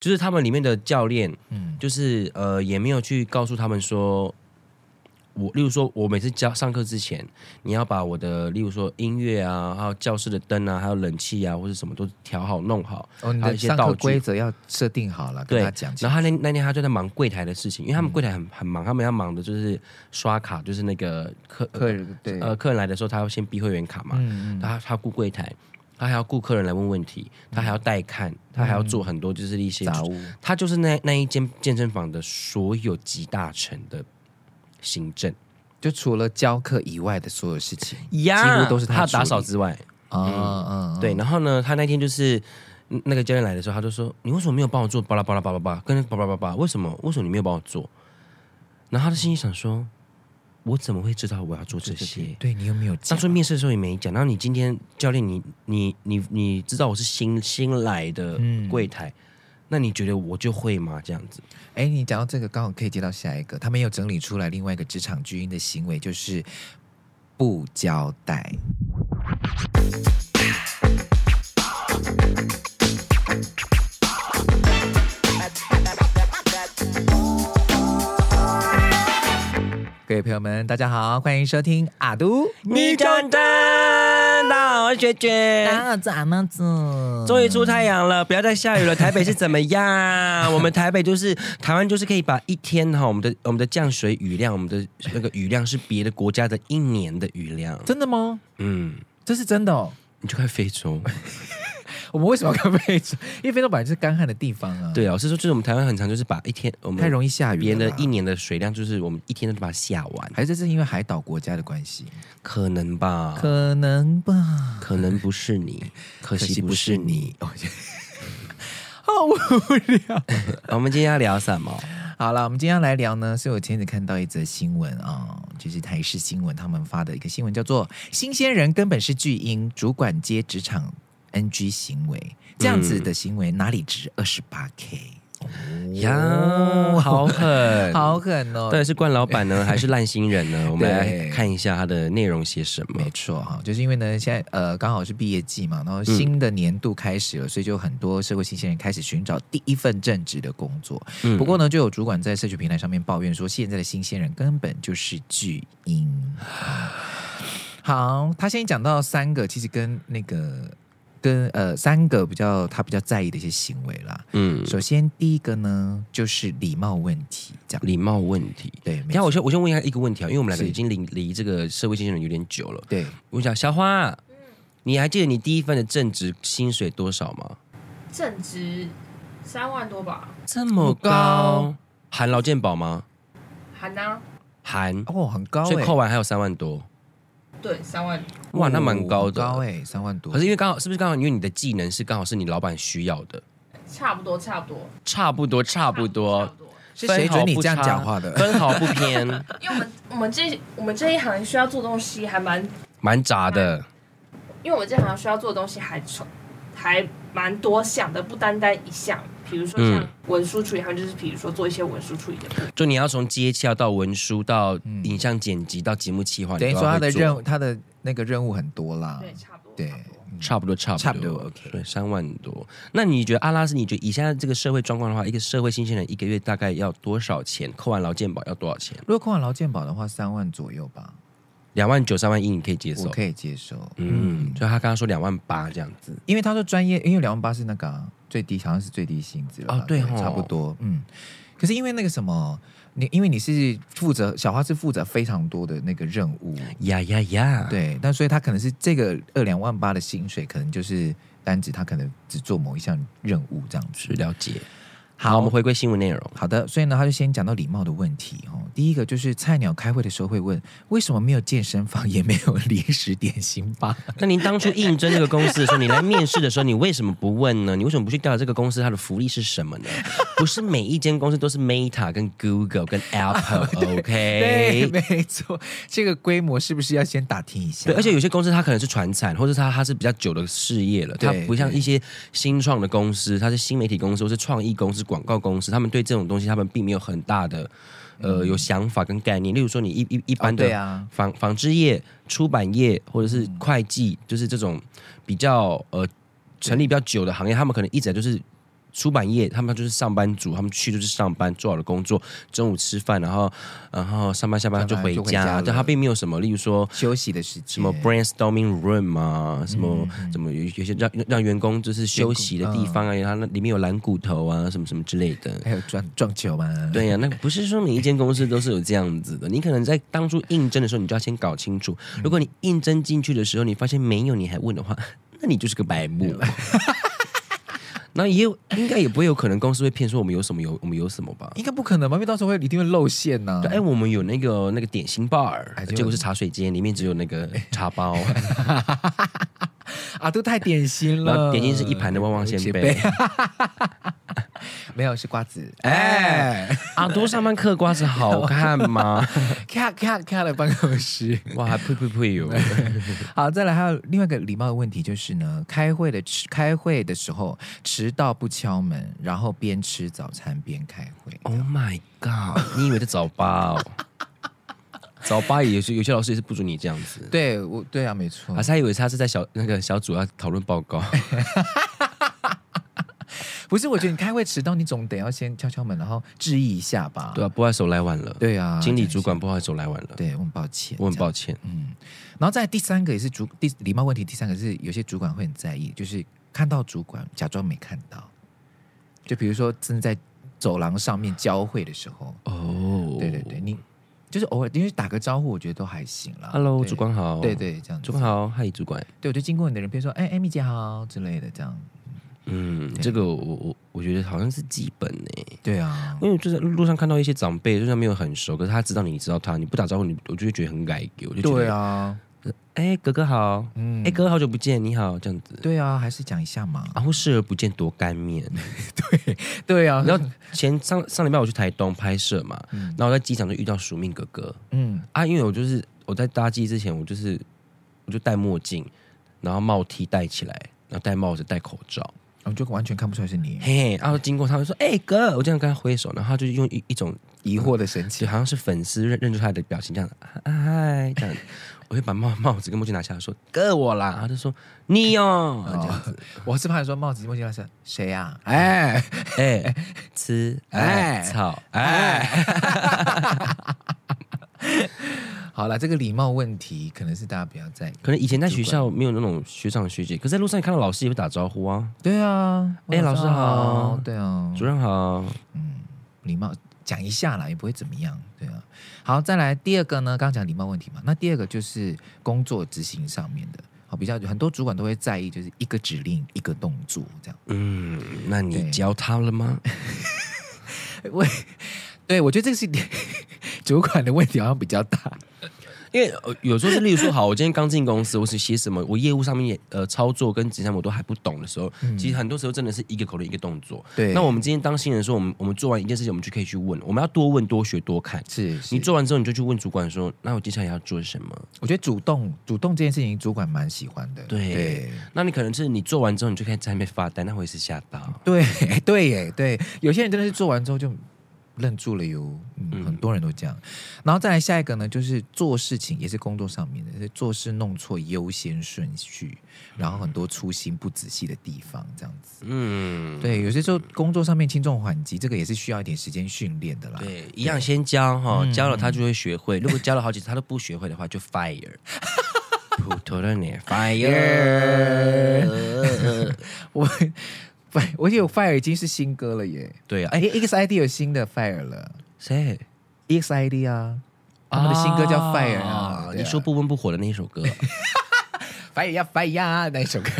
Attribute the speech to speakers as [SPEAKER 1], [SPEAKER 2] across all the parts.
[SPEAKER 1] 就是他们里面的教练，
[SPEAKER 2] 嗯，
[SPEAKER 1] 就是呃也没有去告诉他们说，我例如说我每次教上课之前，你要把我的例如说音乐啊，还有教室的灯啊，还有冷气啊，或者什么都调好弄好，
[SPEAKER 2] 哦，你
[SPEAKER 1] 还有
[SPEAKER 2] 的
[SPEAKER 1] 一些
[SPEAKER 2] 上课
[SPEAKER 1] 道具
[SPEAKER 2] 规则要设定好了，跟
[SPEAKER 1] 对
[SPEAKER 2] 他讲清
[SPEAKER 1] 然后他那那天他就在忙柜台的事情，因为他们柜台很很忙，他们要忙的就是刷卡，就是那个客
[SPEAKER 2] 客人对，
[SPEAKER 1] 呃客人来的时候，他要先逼会员卡嘛，
[SPEAKER 2] 嗯嗯，
[SPEAKER 1] 他他顾柜台，他还要顾客人来问问题，他还要带看，他还要做很多就是一些，
[SPEAKER 2] 嗯杂物，
[SPEAKER 1] 他就是那那一间健身房的所有集大成的行政，
[SPEAKER 2] 就除了教课以外的所有事情
[SPEAKER 1] 几
[SPEAKER 2] 几
[SPEAKER 1] 乎
[SPEAKER 2] 乎
[SPEAKER 1] 都
[SPEAKER 2] 都
[SPEAKER 1] 是
[SPEAKER 2] 是
[SPEAKER 1] 他
[SPEAKER 2] 他
[SPEAKER 1] 打扫
[SPEAKER 2] 处理
[SPEAKER 1] 之外，
[SPEAKER 2] 啊，嗯，嗯
[SPEAKER 1] 对，，然后呢，他那天就是嗯那个教练来的时候，他就说：“你为什么没有帮我做巴拉巴拉巴拉巴拉，跟巴拉巴拉巴拉？为什么？为什么你没有帮我做？”然后他的心里想说：“我怎么会知道我要做这些？
[SPEAKER 2] 对你有没有讲
[SPEAKER 1] 当？初面试的时候也没讲。然后你今天教练你，你你你知道我是新新来的
[SPEAKER 2] 嗯
[SPEAKER 1] 柜台，那你觉得我就会吗？这样子？
[SPEAKER 2] 哎，你讲到这个，刚好可以接到下一个，他们有整理出来另外一个职场巨婴的行为，就是不交代。各位朋友们，大家好，欢迎收听阿都。
[SPEAKER 1] 你长大了，我是学姐
[SPEAKER 2] 啊，怎么子？
[SPEAKER 1] 终于出太阳了，不要再下雨了。台北是怎么样？我 们台北就是台湾，就是可以把一天哈，我们的我们的降水雨量，我们的那个雨量是别的国家的一年的雨量。
[SPEAKER 2] 真的吗？
[SPEAKER 1] 嗯，
[SPEAKER 2] 这是真的哦。
[SPEAKER 1] 你就看非洲。
[SPEAKER 2] 我们为什么要看非洲？因为非洲本来就是干旱的地方 啊，，
[SPEAKER 1] 对啊，我是说，就是我们台湾很常就是把一天我们
[SPEAKER 2] 太容易下雨了
[SPEAKER 1] 别的
[SPEAKER 2] 啦
[SPEAKER 1] 一年的水量，就是我们一天都把它下完，
[SPEAKER 2] 还是这是因为海岛国家的关系？
[SPEAKER 1] 可能吧？可
[SPEAKER 2] 可能吧，
[SPEAKER 1] 能不是你， 可惜不是你。
[SPEAKER 2] 可惜不是你。 好无聊。
[SPEAKER 1] 我们今天要聊什么？
[SPEAKER 2] 好了，我们今天要来聊呢，是我前几天看到一则新闻啊、就是台视新闻他们发的一个新闻，叫做“新鲜人根本是巨婴，主管接职场 NG 行为”，这样子的行为哪里值二十八 K？
[SPEAKER 1] 呀，哦 好狠，
[SPEAKER 2] 好狠哦！
[SPEAKER 1] 到底是冠老板呢，还是烂新人 呢？我们来看一下它的内容写什么
[SPEAKER 2] 没。错哈，就是因为呢，现在呃刚好是毕业季嘛，然
[SPEAKER 1] 嗯
[SPEAKER 2] 后新的年度开始了，所以就很多社会新鲜人开始寻找第一份正职的工作。
[SPEAKER 1] 嗯
[SPEAKER 2] 不过呢，就有主管在社群平台上面抱怨说，现在的新鲜人根本就是巨婴。好，他先讲到三个，其实跟那个跟呃三个比较他比较在意的一些行为啦。
[SPEAKER 1] 嗯，
[SPEAKER 2] 首先第一个呢，就是礼貌问题，这样
[SPEAKER 1] 礼貌问题。
[SPEAKER 2] 对，没
[SPEAKER 1] 等一下
[SPEAKER 2] 错，
[SPEAKER 1] 我先我先问一下一个问题啊，因为我们两个
[SPEAKER 2] 是
[SPEAKER 1] 已经离离这个社会新鲜人有点久了。
[SPEAKER 2] 对，
[SPEAKER 1] 我想小花，啊你还记得你第一份的正职薪水多少吗？
[SPEAKER 3] 正值三万多吧，
[SPEAKER 1] 这
[SPEAKER 2] 么高，
[SPEAKER 1] 含劳健保吗？
[SPEAKER 3] 含啊，
[SPEAKER 1] 含，
[SPEAKER 2] 哦，很高
[SPEAKER 1] 所
[SPEAKER 2] 哎、
[SPEAKER 1] 以扣完还有三万多，
[SPEAKER 3] 对，三万。
[SPEAKER 1] 哇，那蛮高欸
[SPEAKER 2] 哦很高
[SPEAKER 1] 的。
[SPEAKER 2] 哎、三万多。
[SPEAKER 1] 可是因为刚好是不是刚好因为你的技能是刚好是你老板需要的，
[SPEAKER 3] 差不多，差不多，
[SPEAKER 1] 差不多差不
[SPEAKER 3] 差
[SPEAKER 1] 多，
[SPEAKER 3] 不多。
[SPEAKER 2] 是谁准你这样讲话的？
[SPEAKER 1] 分毫不偏，
[SPEAKER 3] 因为我们我们这我们这一行需要做东西还蛮，
[SPEAKER 1] 蛮杂的。
[SPEAKER 3] 因为我们这行需要做的东西还重，还蛮多项的，不单单一项。比如说像
[SPEAKER 1] 嗯
[SPEAKER 3] 文书处理，他们就是比如说做一些文书处理的。
[SPEAKER 1] 就你要从接洽到文书到影像剪辑到节目企划，
[SPEAKER 2] 嗯等于说他的任
[SPEAKER 1] 务
[SPEAKER 2] 务，他的那个任务很多啦。
[SPEAKER 3] 对，差不多。
[SPEAKER 2] 对
[SPEAKER 3] 差不多
[SPEAKER 1] 差不多，差不多，
[SPEAKER 2] 差不多，OK
[SPEAKER 1] 对，三万多。那你觉得阿拉斯？你觉得以现在这个社会状况的话，一个社会新鲜人一个月大概要多少钱？扣完劳健保要多少钱？
[SPEAKER 2] 如果扣完劳健保的话，三万左右吧，
[SPEAKER 1] 两万九、三万一，你可以接
[SPEAKER 2] 我
[SPEAKER 1] 受？
[SPEAKER 2] 可以接受。
[SPEAKER 1] 嗯，就他刚刚说两万八这样子，
[SPEAKER 2] 因为他说专业，因为两万八是那个啊、最低，好像是最低薪资了吧。
[SPEAKER 1] 哦对吼
[SPEAKER 2] 差不多。嗯，可是因为那个什么，你因为你是负责小花是负责非常多的那个任务，
[SPEAKER 1] 呀呀呀！，
[SPEAKER 2] 对，那所以他可能是这个二两万八的薪水，可能就是单指他可能只做某一项任务这样
[SPEAKER 1] 是
[SPEAKER 2] 子。
[SPEAKER 1] 了解。
[SPEAKER 2] 好
[SPEAKER 1] 好，我们回归新闻内容。
[SPEAKER 2] 好的，所以呢，他就先讲到礼貌的问题哦。第一个就是菜鸟开会的时候会问，为什么没有健身房，也没有零食点 心吧？
[SPEAKER 1] 那您当初应征这个公司的时候，你来面试的时候，你为什么不问呢？你为什么不去调查这个公司它的福利是什么呢？不是每一间公司都是 Meta、跟 Google、跟 Apple，OK？
[SPEAKER 2] 没错，这个规模是不是要先打听一下？
[SPEAKER 1] 对，而且有些公司它可能是传产，或者它它是比较久的事业了，它
[SPEAKER 2] 对
[SPEAKER 1] 不像
[SPEAKER 2] 对
[SPEAKER 1] 一些新创的公司，它是新媒体公司或是创意公司、广告公司，他们对这种东西他们并没有很大的呃有想法跟概念。例如说，你一一一般
[SPEAKER 2] 嗯哦对
[SPEAKER 1] 的
[SPEAKER 2] 啊，嗯
[SPEAKER 1] 纺纺织业、出版业或者是会计，就是这种比较呃成立比较久的行业，他们可能一直就是出版业，他们就是上班族，他们去就是上班，做好了工作，中午吃饭，然后然后上班下班
[SPEAKER 2] 下班
[SPEAKER 1] 就回
[SPEAKER 2] 就回
[SPEAKER 1] 家，
[SPEAKER 2] 家了
[SPEAKER 1] 对他并没有什么，例如说
[SPEAKER 2] 休息的时间，
[SPEAKER 1] 什么 brainstorming room 啊，什么
[SPEAKER 2] 嗯
[SPEAKER 1] 什么有有些让让员工就是休息的地方啊，因为它
[SPEAKER 2] 嗯
[SPEAKER 1] 那里面有蓝骨头啊，什么什么之类的。
[SPEAKER 2] 还有撞撞球吗？
[SPEAKER 1] 对呀、那个不是说每一间公司都是有这样子的。你可能在当初应征的时候，你就要先搞清楚。
[SPEAKER 2] 嗯
[SPEAKER 1] 如果你应征进去的时候，你发现没有，你还问的话，那你就是个白目。 那也有，应该也不会有可能公司会骗说我们有什么有我们有什么吧？
[SPEAKER 2] 应该不可能吧？因为到时候会一定会露馅呐、
[SPEAKER 1] 对，哎，我们有那个那个点心 bar，、
[SPEAKER 2] 嗯哎就
[SPEAKER 1] 结果是茶水间，里面只有那个茶包，
[SPEAKER 2] 啊，都太点心
[SPEAKER 1] 然
[SPEAKER 2] 了。
[SPEAKER 1] 后点心是一盘的旺旺仙贝。
[SPEAKER 2] 没有是瓜子。
[SPEAKER 1] 哎
[SPEAKER 2] 哎，
[SPEAKER 1] 啊，多上班嗑瓜子好看吗？
[SPEAKER 2] 咔咔咔了办公室。
[SPEAKER 1] 哇，还呸呸呸哟！
[SPEAKER 2] 好，再来还有另外一个礼貌的问题就是呢，开会的迟开会的时候迟到不敲门，然后边吃早餐边开会。
[SPEAKER 1] Oh my god！你以为是早八哦？ 早八也是有些老师也是不准你这样子，
[SPEAKER 2] 对，我对啊，没错
[SPEAKER 1] 还。是他以为他是在小那个小组要讨论报 告，
[SPEAKER 2] 不是，我觉得你开会迟到，你总得要先敲敲门，然后致意一下吧。
[SPEAKER 1] 对啊，不好意思，我来晚了。
[SPEAKER 2] 对啊，
[SPEAKER 1] 经理
[SPEAKER 2] 这样
[SPEAKER 1] 主管不好意思，我来晚了
[SPEAKER 2] 子，，对我很抱歉，
[SPEAKER 1] 我很
[SPEAKER 2] 这样。
[SPEAKER 1] 抱歉。
[SPEAKER 2] 然后再来第三个也是主第礼貌问题，第三个是有些主管会很在意，就是看到主管假装没看到，就比如说正在走廊上面交汇的时候，
[SPEAKER 1] 哦，
[SPEAKER 2] 对对对，你就是偶尔因为打个招呼，我觉得都还行啦。
[SPEAKER 1] ，Hello，
[SPEAKER 2] 对
[SPEAKER 1] 主，管好，
[SPEAKER 2] 对，对，这样子
[SPEAKER 1] 主管，好，嗨，主管。
[SPEAKER 2] 对我就经过你的人，比如说哎，艾米姐好之类的，这样，
[SPEAKER 1] 嗯，这个我我我觉得好像是基本呢、
[SPEAKER 2] 对啊，
[SPEAKER 1] 因为就是路上看到一些长辈，就算没有很熟，可是他知道你，你知道他，你不打招呼，你我就会觉得很改给，我就觉得
[SPEAKER 2] 对啊，
[SPEAKER 1] 哎、哥哥好，
[SPEAKER 2] 嗯
[SPEAKER 1] 哎、，哥哥好久不见，你好，这样子。
[SPEAKER 2] 对啊，还是讲一下嘛，
[SPEAKER 1] 然后视而不见夺干面。
[SPEAKER 2] 对啊，
[SPEAKER 1] 然后前上上礼拜我去台东拍摄嘛，然后我在机场就遇到署命哥哥
[SPEAKER 2] 嗯，
[SPEAKER 1] 啊，因为我就是我在搭机之前，我就是我就戴墨镜，然后帽 T 戴起来，然后戴帽子戴口罩，
[SPEAKER 2] 哦我就完全看不出来是你
[SPEAKER 1] 嘿嘿，然后经过他就说哎、哥，我这样跟他挥手，然后他就用一一种
[SPEAKER 2] 疑惑的神情
[SPEAKER 1] 就，好像是粉丝认认出他的表情这样，啊嗨这样，我就把帽帽子跟墨镜拿下来说哥我啦，他就说你哦，这样子，
[SPEAKER 2] 我是怕说帽子墨镜那是谁呀？哎，
[SPEAKER 1] 哎吃哎
[SPEAKER 2] 哎
[SPEAKER 1] 草哎，
[SPEAKER 2] 哎， 好了，这个礼貌问题可能是大家不要在意。
[SPEAKER 1] 可能以前在学校没有那种学长学姐，可是在路上你看到老师也会打招呼啊，
[SPEAKER 2] 对啊，
[SPEAKER 1] 哎老师好
[SPEAKER 2] 对啊，
[SPEAKER 1] 主任好，
[SPEAKER 2] 礼貌讲一下啦，也不会怎么样，对啊。好，再来第二个呢，刚刚讲礼貌问题嘛，那第二个就是工作执行上面的，好，比较很多主管都会在意，就是一个指令一个动作这 样。
[SPEAKER 1] 嗯，那你
[SPEAKER 2] 对
[SPEAKER 1] 教他了吗？
[SPEAKER 2] 我对我觉得这个是 主管的问题，好像比较大。
[SPEAKER 1] 因为呃有时候是，例如说，好，我今天刚进公司，我是写什么，我业务上面也呃操作跟职场我都还不懂的时候，其实很多时候真的是一个口令一个动作。
[SPEAKER 2] 嗯对
[SPEAKER 1] 那我们今天当新人的时候，我们我们做完一件事情，我们就可以去问，我们要多问、多学、多看。
[SPEAKER 2] 是是
[SPEAKER 1] 你做完之后，你就去问主管说，那我接下来要做什么？
[SPEAKER 2] 我觉得主动主动这件事情，主管蛮喜欢的。
[SPEAKER 1] 对那你可能是你做完之后，你就开始在那边发呆，那会是吓到。
[SPEAKER 2] 对对耶，对，有些人真的是做完之后就愣住了哟。
[SPEAKER 1] 嗯
[SPEAKER 2] 嗯，很多人都这样。然后再来下一个呢，就是做事情也是工作上面的，就是做事弄错优先顺序，然后很多粗心不仔细的地方，这样子。
[SPEAKER 1] 嗯，
[SPEAKER 2] 对，有些时候工作上面轻重缓急，这个也是需要一点时间训练的啦。
[SPEAKER 1] 对，一样先教哈，
[SPEAKER 2] 嗯
[SPEAKER 1] 教了他就会学会。如果教了好几次他都不学会的话，就 fire。普陀的你 fire，
[SPEAKER 2] 我 fire，我有 fire 已经是新歌了耶。
[SPEAKER 1] 对啊，
[SPEAKER 2] 哎
[SPEAKER 1] 哎
[SPEAKER 2] ，XID 有新的 fire 了
[SPEAKER 1] 谁？
[SPEAKER 2] ，XID 啊，他们的新歌叫 fire 啊。对
[SPEAKER 1] 你
[SPEAKER 2] 啊
[SPEAKER 1] 说不温不火的那一首 歌，
[SPEAKER 2] fire 呀 fire 呀啊那一首歌，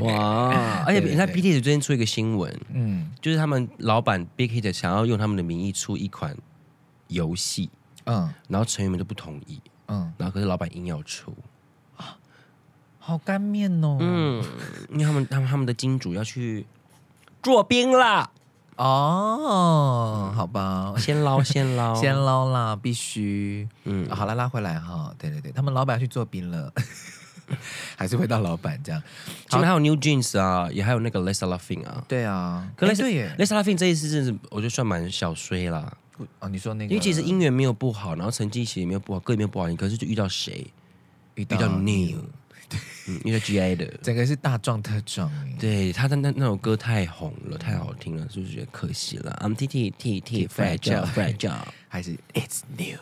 [SPEAKER 1] 哇！而且
[SPEAKER 2] 对
[SPEAKER 1] 哎你看
[SPEAKER 2] 对
[SPEAKER 1] B T 最近出一个新闻，
[SPEAKER 2] 嗯
[SPEAKER 1] 就是他们老板 Big Hit 想要用他们的名义出一款游戏，
[SPEAKER 2] 嗯
[SPEAKER 1] 然后成员们都不同意，
[SPEAKER 2] 嗯，
[SPEAKER 1] 然后可是老板硬要出，
[SPEAKER 2] 好干面哦，嗯
[SPEAKER 1] 嗯，因为他们他们他们的金主要去做兵啦，
[SPEAKER 2] 哦，好吧，
[SPEAKER 1] 先 捞先捞
[SPEAKER 2] 先捞啦，必须，
[SPEAKER 1] 嗯
[SPEAKER 2] 嗯，好啦，拉回来哈，对对对，他们老板去做兵 了，还是回到老板这样，
[SPEAKER 1] 其实还有 New Jeans 啊，也还有那个 Lesa Laughing 啊。
[SPEAKER 2] 对啊，
[SPEAKER 1] 可
[SPEAKER 2] 哎
[SPEAKER 1] 是
[SPEAKER 2] 对耶，
[SPEAKER 1] Lesa Laughing 这一次真是我觉得算蛮小衰啦，
[SPEAKER 2] 哦，你说那个，
[SPEAKER 1] 因为其实音源没有不好，然后成绩其实也没有不好，歌也没有不好，你可是就遇到谁，
[SPEAKER 2] 遇
[SPEAKER 1] 遇到 New，嗯因为 GI 的，
[SPEAKER 2] 整个是大壮特壮哎，
[SPEAKER 1] 对他的那那首歌太红了，太好听了，就是觉得可惜了。I'm T T T T fragile fragile，
[SPEAKER 2] 还 是 It's new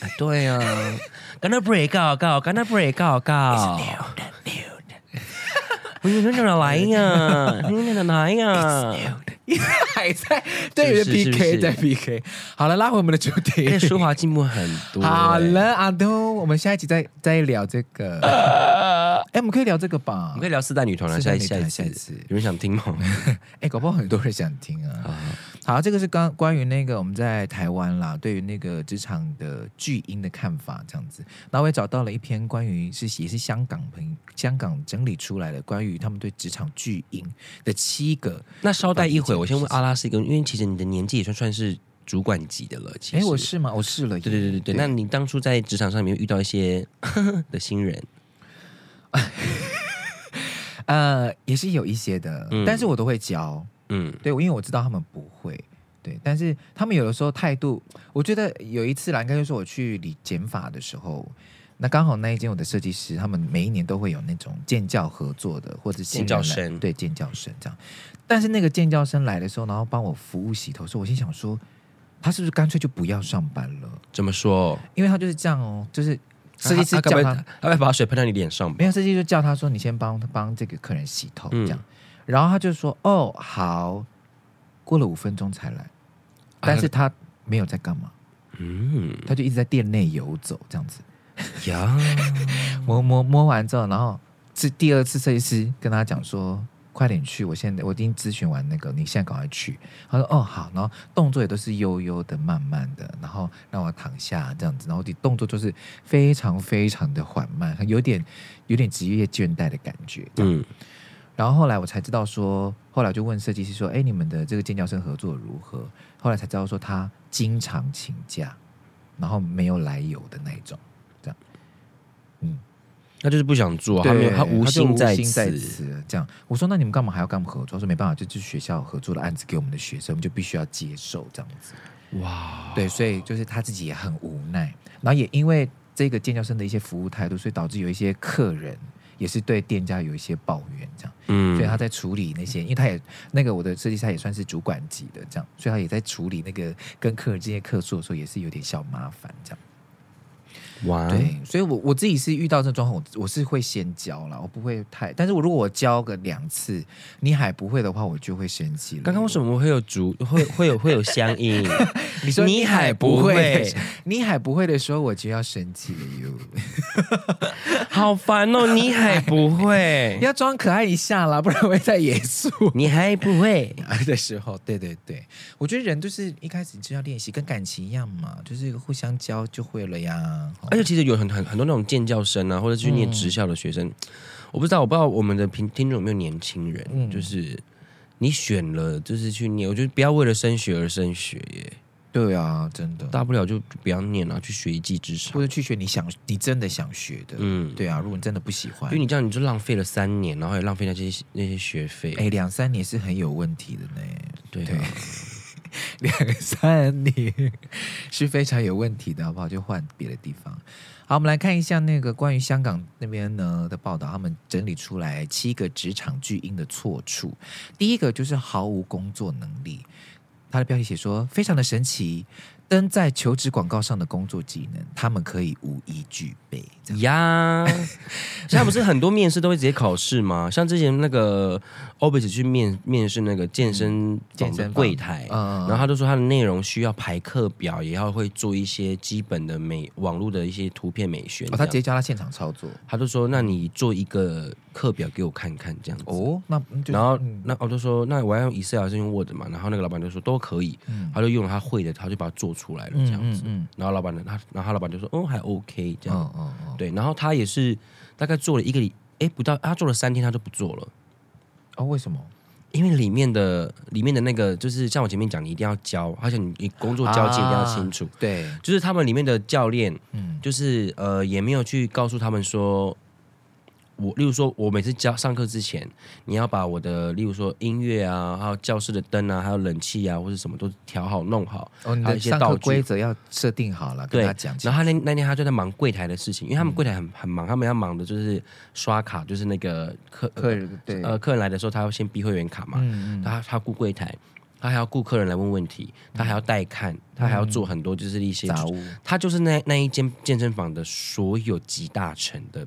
[SPEAKER 1] 啊对啊，Gonna break out out，Gonna break out out，
[SPEAKER 2] 的 new 的
[SPEAKER 1] 你们怎么来呀？ 你们怎么来呀？
[SPEAKER 2] new 的，还在对着
[SPEAKER 1] 是不是
[SPEAKER 2] PK 在
[SPEAKER 1] 是
[SPEAKER 2] PK。好了，拉回我们的主
[SPEAKER 1] 而
[SPEAKER 2] 题
[SPEAKER 1] 且。舒华进步很多、
[SPEAKER 2] 好
[SPEAKER 1] 欸
[SPEAKER 2] 了，哎阿东，我们下一集再再聊这 个。哎，我们可以聊这个吧
[SPEAKER 1] 我们？可以聊四代女团了，
[SPEAKER 2] 四
[SPEAKER 1] 下
[SPEAKER 2] 代
[SPEAKER 1] 一
[SPEAKER 2] 女
[SPEAKER 1] 下
[SPEAKER 2] 团
[SPEAKER 1] 一
[SPEAKER 2] 下一
[SPEAKER 1] 次
[SPEAKER 2] 次，
[SPEAKER 1] 有人想听吗？
[SPEAKER 2] 哎，搞不好很多人想听啊。 好，这个是刚关于那个我们在台湾啦，对于那个职场的巨婴的看法这样子。然后我也找到了一篇关于是也是香港朋香港整理出来的关于他们对职场巨婴的七个。
[SPEAKER 1] 那稍待一会，我先问阿拉斯一个，因为其实你的年纪也算算是主管级的了。其
[SPEAKER 2] 哎，
[SPEAKER 1] 实
[SPEAKER 2] 我是吗？我试了耶。
[SPEAKER 1] 对对对对对。那你当初在职场上面遇到一些 的新人，
[SPEAKER 2] 呃也是有一些的，
[SPEAKER 1] 嗯
[SPEAKER 2] 但是我都会教。
[SPEAKER 1] 嗯，
[SPEAKER 2] 对，因为我知道他们不会。对，但是他们有的时候态度，我觉得有一次啦，应该就是我去理剪发的时候，那刚好那一间我的设计师，他们每一年都会有那种建教合作的，或者新
[SPEAKER 1] 建教
[SPEAKER 2] 人来
[SPEAKER 1] 生
[SPEAKER 2] 对建教生这样。但是那个建教生来的时候，然后帮我服务洗头的时候，我心想说，他是不是干脆就不要上班了？
[SPEAKER 1] 怎么说？
[SPEAKER 2] 因为他就是这样哦，就是设计师
[SPEAKER 1] 啊他他
[SPEAKER 2] 叫
[SPEAKER 1] 会
[SPEAKER 2] 他
[SPEAKER 1] 他会把水喷到你脸上吧
[SPEAKER 2] 没？有设计就叫他说你先帮帮这个客人洗头
[SPEAKER 1] 嗯
[SPEAKER 2] 这样，然后他就说哦好，过了五分钟才来，但是他没有在干嘛，
[SPEAKER 1] 嗯
[SPEAKER 2] 他就一直在店内游走这样子，
[SPEAKER 1] 呀，嗯
[SPEAKER 2] 摸摸摸完之后，然后是第二次设计师跟他讲说。快点去！我现在我已经咨询完那个，你现在赶快去。他说：“哦，好。”然后动作也都是悠悠的、慢慢的，然后让我躺下这样子，然后动作就是非常非常的缓慢，有点有点职业倦怠的感觉。这样
[SPEAKER 1] 嗯
[SPEAKER 2] 然后后来我才知道说，后来我就问设计师说：“哎，你们的这个建教生合作如何？”后来才知道说他经常请假，然后没有来由的那一种。
[SPEAKER 1] 他就是不想做，他没有，
[SPEAKER 2] 对
[SPEAKER 1] 他无
[SPEAKER 2] 就
[SPEAKER 1] 心在
[SPEAKER 2] 心在
[SPEAKER 1] 此。
[SPEAKER 2] 此。这样，我说：“那你们干嘛还要跟我们合作？”他说：“没办法，就就是学校合作的案子给我们的学生，我们就必须要接受这样子。”
[SPEAKER 1] 哦哇，
[SPEAKER 2] 对，所以就是他自己也很无奈，然后也因为这个建教生的一些服务态度，所以导致有一些客人也是对店家有一些抱怨这样。
[SPEAKER 1] 嗯
[SPEAKER 2] 所以他在处理那些，因为他也那个我的设计师他也算是主管级的这样，所以他也在处理那个跟客人之间的客诉的时候，也是有点小麻烦这样。
[SPEAKER 1] 哇，
[SPEAKER 2] 对，所以我我自己是遇到这种状况，我我是会先教啦，我不会太，但是我如果我教个两次，你还不会的话，我就会生气了。
[SPEAKER 1] 刚刚为什
[SPEAKER 2] 么？
[SPEAKER 1] 么会有竹会会有会有相应？
[SPEAKER 2] 你说
[SPEAKER 1] 你还不会，哎
[SPEAKER 2] 你还不会的时候，我就要生气了哟。
[SPEAKER 1] 好烦哦！你还不会，
[SPEAKER 2] 要装可爱一下啦，不然我会太 严肃。
[SPEAKER 1] 你还不会，
[SPEAKER 2] 的时候，对对对，我觉得人就是一开始就要练习，跟感情一样嘛，就是互相教就会了呀。
[SPEAKER 1] 而且其实有很很很多那种建教生啊，或者去念职校的学
[SPEAKER 2] 嗯
[SPEAKER 1] 生，我不知道，我不知道我们的听听众有没有年轻人，
[SPEAKER 2] 嗯
[SPEAKER 1] 就是你选了就是去念，我觉得不要为了升学而升学耶，
[SPEAKER 2] 对啊，真的，
[SPEAKER 1] 大不了就不要念了、啊去学一技之长，
[SPEAKER 2] 或者去学你想，你真的想学的，
[SPEAKER 1] 嗯，
[SPEAKER 2] 对啊。如果你真的不喜欢
[SPEAKER 1] 因为，你这样你就浪费了三年，然后也浪费掉这些那些学费，
[SPEAKER 2] 哎，两三年是很有问题的呢。
[SPEAKER 1] 对
[SPEAKER 2] 对
[SPEAKER 1] 啊，
[SPEAKER 2] 两三年是非常有问题的，好不好？就换别的地方。好，我们来看一下那个关于香港那边呢的报道，他们整理出来七个职场巨婴的错处。第一个就是毫无工作能力，它的标题写说非常的神奇，登在求职广告上的工作技能，他们可以无一具备。这样
[SPEAKER 1] 呀， 现在不是很多面试都会直接考试吗？像之前那个 Obis 去面面试那个健身
[SPEAKER 2] 嗯健
[SPEAKER 1] 房
[SPEAKER 2] 身
[SPEAKER 1] 的
[SPEAKER 2] 房
[SPEAKER 1] 柜台，
[SPEAKER 2] 嗯
[SPEAKER 1] 哎然后他就说他的内容需要排课表，也要会做一些基本的美网络的一些图片美学。
[SPEAKER 2] 哦，
[SPEAKER 1] 这
[SPEAKER 2] 他
[SPEAKER 1] 样
[SPEAKER 2] 直接教他现场操作。
[SPEAKER 1] 他就说，那你做一个课表给我看看这样子。
[SPEAKER 2] 哦，那嗯就
[SPEAKER 1] 然后
[SPEAKER 2] 嗯
[SPEAKER 1] 那我哦就说，那我要用 Excel 还是用 Word 嘛？然后那个老板就说都可以，
[SPEAKER 2] 嗯
[SPEAKER 1] 他就用了他会的，他就把它做出来了这样子。
[SPEAKER 2] 嗯
[SPEAKER 1] 然后老板呢，他然后他老板就说，哦，还 OK 这
[SPEAKER 2] 嗯
[SPEAKER 1] 样。
[SPEAKER 2] 嗯嗯嗯，
[SPEAKER 1] 对，然后他也是大概做了一个礼，哎，不到，他做了三天，他就不做了，
[SPEAKER 2] 哦，为什么？
[SPEAKER 1] 因为里面的里面的那个，就是像我前面讲，你一定要教，而且你你工作交接一定要清楚。
[SPEAKER 2] 对，
[SPEAKER 1] 就是他们里面的教练，
[SPEAKER 2] 嗯，
[SPEAKER 1] 就是呃，也没有去告诉他们说，我，例如说，我每次教上课之前，你要把我的，例如说音乐啊，还有教室的灯啊，还有冷气啊，或者什么都调好、弄好，
[SPEAKER 2] 哦，你
[SPEAKER 1] 还有
[SPEAKER 2] 的
[SPEAKER 1] 啊一些
[SPEAKER 2] 上
[SPEAKER 1] 道
[SPEAKER 2] 课
[SPEAKER 1] 具
[SPEAKER 2] 规则要设定好了，跟
[SPEAKER 1] 对
[SPEAKER 2] 他讲清楚。嗯
[SPEAKER 1] 然后他那那天他就在忙柜台的事情，因为他们柜台很很忙，他们要忙的就是刷卡，就是那个客
[SPEAKER 2] 客人对，
[SPEAKER 1] 呃客人来的时候，他要先逼会员卡嘛，
[SPEAKER 2] 嗯嗯，
[SPEAKER 1] 呃他他顾柜台，他还要顾客人来问问题，他还要带看，他还要做很多就是一些
[SPEAKER 2] 嗯杂物
[SPEAKER 1] 他就是那那一间健身房的所有集大成的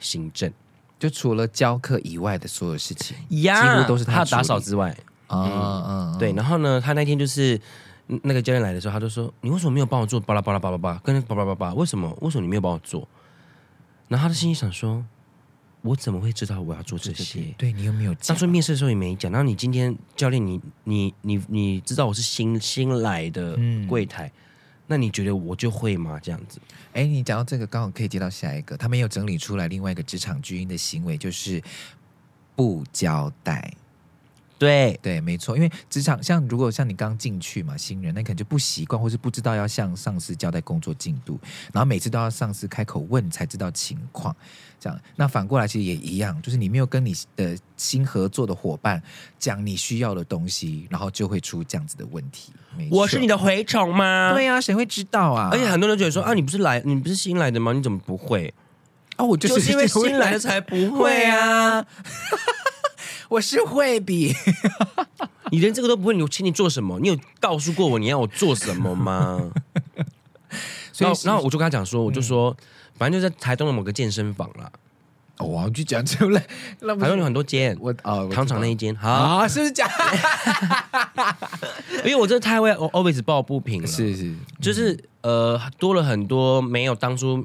[SPEAKER 1] 行政，
[SPEAKER 2] 就除了教课以外的所有事情
[SPEAKER 1] 呀
[SPEAKER 2] 几乎都是
[SPEAKER 1] 他
[SPEAKER 2] 他
[SPEAKER 1] 打
[SPEAKER 2] 处理
[SPEAKER 1] 扫之外，
[SPEAKER 2] 啊，嗯，嗯
[SPEAKER 1] 对，，然后呢，他那天就是嗯那个教练来的时候，他就说：“你为什么没有帮我做巴拉巴拉巴拉巴拉，跟巴拉巴拉巴拉？为什么？为什么你没有帮我做？”然后他的心里想说：“我怎么会知道我要做这些？”
[SPEAKER 2] 对你有没有
[SPEAKER 1] 当
[SPEAKER 2] 讲？
[SPEAKER 1] 初面试的时候也没讲，然后你今天教练你，你你你知道我是新新来的
[SPEAKER 2] 嗯
[SPEAKER 1] 柜台，那你觉得我就会吗？这样子，
[SPEAKER 2] 哎，你讲到这个，刚好可以接到下一个，他们有整理出来另外一个职场巨婴的行为，就是不交代。
[SPEAKER 1] 对
[SPEAKER 2] 对，没错，因为职场像如果像你刚进去嘛，新人那可能就不习惯，或是不知道要向上司交代工作进度，然后每次都要上司开口问才知道情况。这样，那反过来其实也一样，就是你没有跟你的新合作的伙伴讲你需要的东西，然后就会出这样子的问题。没错
[SPEAKER 1] 我是你的蛔虫吗？
[SPEAKER 2] 对呀、啊，谁会知道啊？
[SPEAKER 1] 而且很多人觉得说啊，你不是来，你不是新来的吗？你怎么不会？
[SPEAKER 2] 啊， 我就
[SPEAKER 1] 就是是因为新来的才不会
[SPEAKER 2] 会
[SPEAKER 1] 啊！
[SPEAKER 2] 啊。我是会比，
[SPEAKER 1] 你连这个都不会，你请你做什么？你有告诉过我你要我做什么吗？
[SPEAKER 2] 所
[SPEAKER 1] 然
[SPEAKER 2] 以嗯
[SPEAKER 1] 后，然后我就跟他讲说，我就说，反正就在台东的某个健身房啦，
[SPEAKER 2] 哦，我要去讲出来，那不
[SPEAKER 1] 台
[SPEAKER 2] 嗯是
[SPEAKER 1] 东有很多间，
[SPEAKER 2] 我哦，
[SPEAKER 1] 糖厂那一
[SPEAKER 2] 一
[SPEAKER 1] 间好，
[SPEAKER 2] 啊，是不是假？
[SPEAKER 1] 因为我真的太为 always 抱不平了，
[SPEAKER 2] 是嗯是，
[SPEAKER 1] 就是呃多了很多没有当初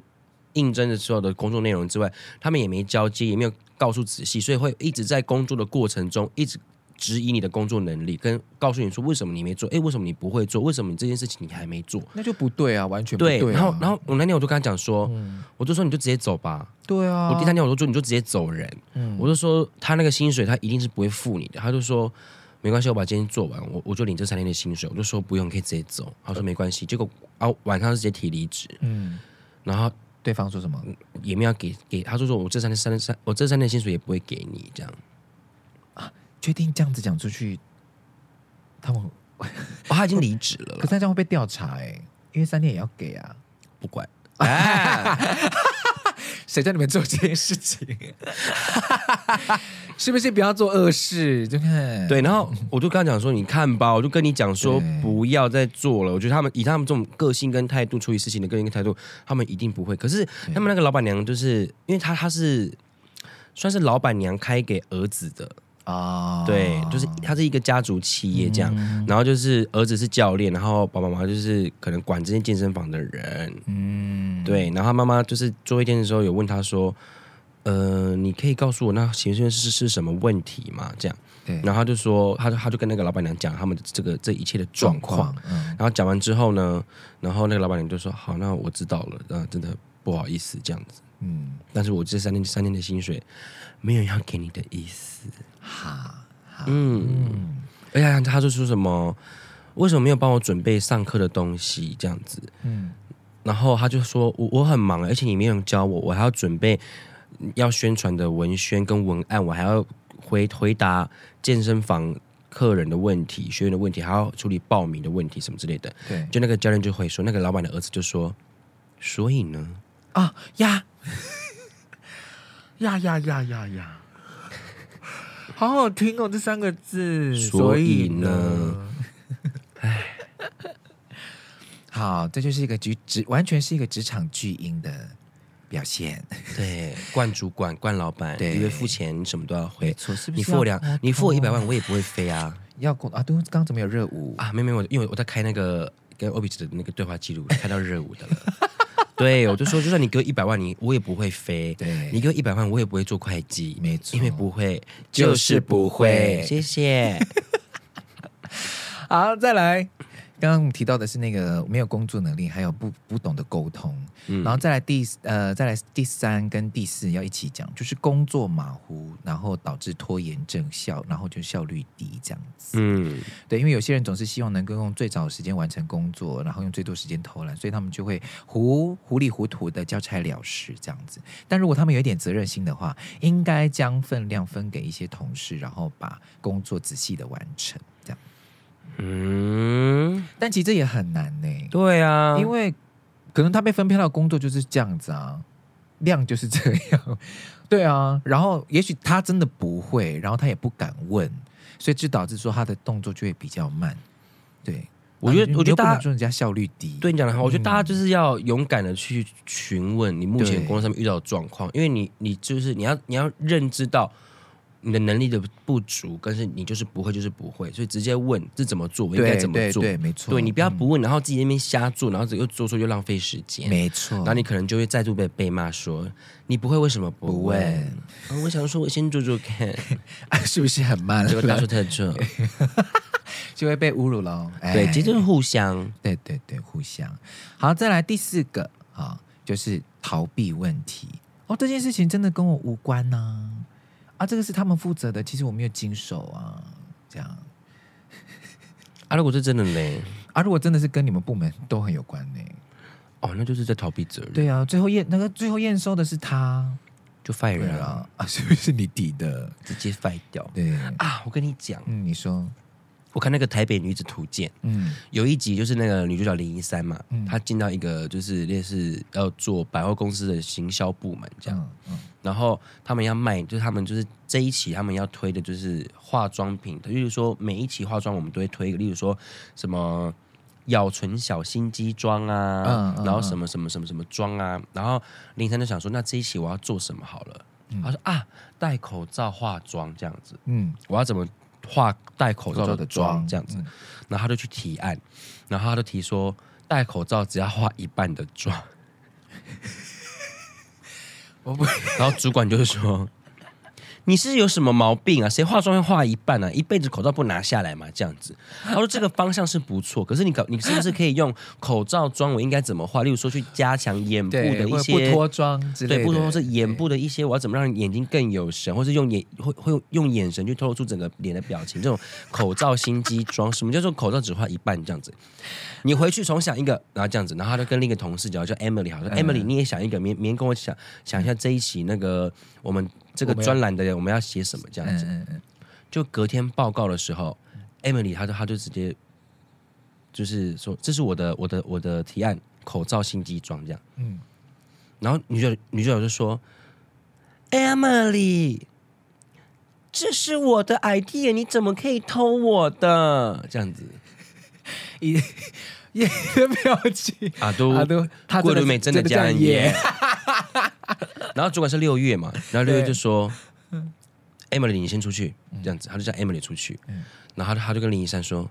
[SPEAKER 1] 应征的时候的工作内容之外，他们也没交接，也没有告诉仔细，所以会一直在工作的过程中一直。质疑你的工作能力，跟告诉你说为什么你没做，哎，为什么你不会做，为什么你这件事情你还没做？
[SPEAKER 2] 那就不对啊，完全不
[SPEAKER 1] 对，
[SPEAKER 2] 啊
[SPEAKER 1] 然后然后我那天我就跟他讲说，我就说你就直接走吧。
[SPEAKER 2] 对啊，
[SPEAKER 1] 我第三天我就说你就直接走人，我就说他那个薪水他一定是不会付你的，他就说没关系，我把今天做完，我我就领这三天的薪水，我就说不用，可以直接走。他说没关系，结果啊晚上就直接提离职，
[SPEAKER 2] 嗯，
[SPEAKER 1] 然后
[SPEAKER 2] 对方说什么
[SPEAKER 1] 也没有给给，他就说我这三天三三我这三天的薪水也不会给你这样，
[SPEAKER 2] 决定这样子讲出去，他们
[SPEAKER 1] 哦他已经离职了
[SPEAKER 2] 可是
[SPEAKER 1] 啦，
[SPEAKER 2] 他这样会被调查哎、因为三天也要给啊，
[SPEAKER 1] 不管。哎，
[SPEAKER 2] 谁叫你们做这件事 情？是不是不要做恶事？就看
[SPEAKER 1] 对，然后我就跟他讲说，你看吧，我就跟你讲说
[SPEAKER 2] 对，
[SPEAKER 1] 不要再做了。我觉得他们以他们这种个性跟态度处理事情的个性跟态度，他们一定不会。可是他们那个老板娘，就是因为她她是算是老板娘开给儿子的，
[SPEAKER 2] 啊，
[SPEAKER 1] 对，就是她是一个家族企业这样。
[SPEAKER 2] 嗯
[SPEAKER 1] 然后就是儿子是教练，然后爸爸妈妈就是可能管这间健身房的人，
[SPEAKER 2] 嗯，
[SPEAKER 1] 对。然后她妈妈就是做一天的时候有问他说，呃，你可以告诉我那行政是是什么问题吗？这样。
[SPEAKER 2] 对，
[SPEAKER 1] 然后他就说，他就他就跟那个老板娘讲他们的这个这一切的状况。
[SPEAKER 2] 嗯，
[SPEAKER 1] 然后讲完之后呢，然后那个老板娘就说：“好，那我知道了，那真的不好意思这样子，
[SPEAKER 2] 嗯，
[SPEAKER 1] 但是我这三天三天的薪水没有要给你的意思。
[SPEAKER 2] 哈，哈，
[SPEAKER 1] 嗯”而且他他就说什么，为什么没有帮我准备上课的东西这样子？
[SPEAKER 2] 嗯，
[SPEAKER 1] 然后他就说：“我我很忙，而且你没有教我，我还要准备要宣传的文宣跟文案，我还要回回答健身房客人的问题、学员的问题，还要处理报名的问题什么之类的。”
[SPEAKER 2] 对
[SPEAKER 1] 就那个教练就会说，那个老板的儿子就说：“所以呢，
[SPEAKER 2] 啊呀，
[SPEAKER 4] 呀呀呀呀呀！
[SPEAKER 2] 好好听哦，这三个字。
[SPEAKER 1] 所以呢？
[SPEAKER 2] 好，这就是一个职职，完全是一个职场巨婴的表现。
[SPEAKER 1] 对，惯主管、惯老板，
[SPEAKER 2] 对
[SPEAKER 1] 因为付钱你什么都要
[SPEAKER 2] 没
[SPEAKER 1] 回，
[SPEAKER 2] 错，是不是
[SPEAKER 1] 你
[SPEAKER 2] 要？呃哦
[SPEAKER 1] 付我两，你呃付我啊一百万，我也不会飞啊
[SPEAKER 2] 要过啊？对，刚刚怎么有热舞？
[SPEAKER 1] 啊！没有没有，我因为我在开那个跟 o b i 的那个对话记录，开到热舞的了。对，我就说，就算你给我一百万，你我也不会飞。
[SPEAKER 2] 对
[SPEAKER 1] 你给我一百万，我也不会做会计，
[SPEAKER 2] 没错
[SPEAKER 1] 因为不会，
[SPEAKER 2] 就是不会
[SPEAKER 1] 谢谢。
[SPEAKER 2] 好，再来。刚刚我们提到的是那个没有工作能力，还有不不懂得沟通，
[SPEAKER 1] 嗯
[SPEAKER 2] 然后再来第呃再来第三跟第四要一起讲，就是工作马虎，然后导致拖延症效，然后就效率低这样子。
[SPEAKER 1] 嗯
[SPEAKER 2] 对，因为有些人总是希望能够用最早的时间完成工作，然后用最多时间偷懒，所以他们就会糊糊里糊涂的交差了事这样子。但如果他们有一点责任心的话，应该将分量分给一些同事，然后把工作仔细的完成这样。
[SPEAKER 1] 嗯，
[SPEAKER 2] 但其实这也很难呢、
[SPEAKER 1] 对啊，
[SPEAKER 2] 因为可能他被分配到的工作就是这样子啊，量就是这样， 对啊。然后也许他真的不会，然后他也不敢问，所以就导致说他的动作就会比较慢。对，
[SPEAKER 1] 我觉得
[SPEAKER 2] 啊你
[SPEAKER 1] 我觉得
[SPEAKER 2] 你又不
[SPEAKER 1] 大家
[SPEAKER 2] 能说人家效率低，
[SPEAKER 1] 对你讲的很好，我觉
[SPEAKER 2] 嗯
[SPEAKER 1] 得大家就是要勇敢的去询问你目前
[SPEAKER 2] 对
[SPEAKER 1] 工作上面遇到的状况，因为你你就是你要你要认知到你的能力的不足，但是你就是不会就是不会，所以直接问这怎么做，我应该
[SPEAKER 2] 对
[SPEAKER 1] 怎么
[SPEAKER 2] 对
[SPEAKER 1] 做，
[SPEAKER 2] 对，没错，
[SPEAKER 1] 对你不要不问，然后自己在那边瞎做，然后又做错又浪费时间，
[SPEAKER 2] 没错
[SPEAKER 1] 然后。你可能就会再度被被骂说你不会为什么不
[SPEAKER 2] 不
[SPEAKER 1] 问？
[SPEAKER 2] 问
[SPEAKER 1] 啊我想说我先做做 看，
[SPEAKER 2] 是不是很慢
[SPEAKER 1] 结果大错
[SPEAKER 2] 了？
[SPEAKER 1] 特错，
[SPEAKER 2] 就会被侮辱喽。哎
[SPEAKER 1] 对，其实就是互相，
[SPEAKER 2] 对对对，互相。好，再来第四个啊、就是逃避问题。哦，这件事情真的跟我无关呐、啊，这个是他们负责的，其实我没有经手啊，这样。
[SPEAKER 1] 啊，如果是真的嘞，
[SPEAKER 2] 啊，如果真的是跟你们部门都很有关呢、
[SPEAKER 1] 哦，那就是在逃避责任，
[SPEAKER 2] 对啊，最后验那个最后验收的是他，
[SPEAKER 1] 就 fire
[SPEAKER 2] 对
[SPEAKER 1] 啊，
[SPEAKER 2] 啊，啊， 是不是你抵的？
[SPEAKER 1] 直接 fire 掉。
[SPEAKER 2] 对，
[SPEAKER 1] 啊，我跟你讲，
[SPEAKER 2] 嗯，你说，
[SPEAKER 1] 我看那个《台北女子图鉴》
[SPEAKER 2] 嗯
[SPEAKER 1] 有一集，就是那个女主角林一山嘛，
[SPEAKER 2] 嗯
[SPEAKER 1] 她进到一个就是类似要做百货公司的行销部门这样，
[SPEAKER 2] 嗯
[SPEAKER 1] 然后他们要卖，就是他们就是这一期他们要推的就是化妆品，例如说每一期化妆我们都会推一个，例如说什么。咬唇小心机妆啊，
[SPEAKER 2] 嗯嗯
[SPEAKER 1] 然后什么什么什么什么妆啊，然后林一山就想说，那这一期我要做什么好了？他说啊，戴口罩化妆这样子，
[SPEAKER 2] 嗯，
[SPEAKER 1] 我要怎么化戴口
[SPEAKER 2] 口
[SPEAKER 1] 罩
[SPEAKER 2] 罩
[SPEAKER 1] 的
[SPEAKER 2] 的
[SPEAKER 1] 妆
[SPEAKER 2] 妆
[SPEAKER 1] 这样子
[SPEAKER 2] 嗯，
[SPEAKER 1] 然后他就去提案，然后他就提说戴口罩只要化一半的妆，
[SPEAKER 2] 我不，
[SPEAKER 1] 然后主管就是说你是有什么毛病啊？谁化妆会化一半啊？一辈子口罩不拿下来嘛？这样子，他说这个方向是不错，可是你搞你是不是可以用口罩妆我应该怎么化？例如说去加强眼部
[SPEAKER 2] 对，
[SPEAKER 1] 的一
[SPEAKER 2] 或者
[SPEAKER 1] 些
[SPEAKER 2] 不脱妆之类的，
[SPEAKER 1] 对，不说是眼部的一些，我要怎么让眼睛更有神，或是用眼会会用用眼神去透露出整个脸的表情。这种口罩心机妆，什么叫做口罩只画一半这样子？你回去重想一个，然后这样子，然后他就跟另一个同事讲，叫 Emily，好，说
[SPEAKER 2] 嗯
[SPEAKER 1] Emily 你也想一个，明明天跟我想想一下这一期那个我们这个
[SPEAKER 2] 我们要
[SPEAKER 1] 专栏的我们要写什么这样
[SPEAKER 2] 嗯
[SPEAKER 1] 子。
[SPEAKER 2] 嗯嗯，
[SPEAKER 1] 就隔天报告的时候，Emily 她就她就直接就是说，这是我的我的我的提案，口罩心机妆这样。嗯
[SPEAKER 2] 嗯，
[SPEAKER 1] 然后女主角女主角就说，Emily，这是我的 idea，你怎么可以偷我的？这样子
[SPEAKER 2] 一眼的表情，
[SPEAKER 1] 啊都
[SPEAKER 2] 啊都他真
[SPEAKER 1] 桂
[SPEAKER 2] 的
[SPEAKER 1] 纶
[SPEAKER 2] 是
[SPEAKER 1] 镁真的
[SPEAKER 2] 这样
[SPEAKER 1] 加恩
[SPEAKER 2] 耶
[SPEAKER 1] 耶。然后主管是六月嘛，然后六月就说：“Emily，你先出去。”这样子，他就叫 Emily 出去。然后他他就跟林一山说：“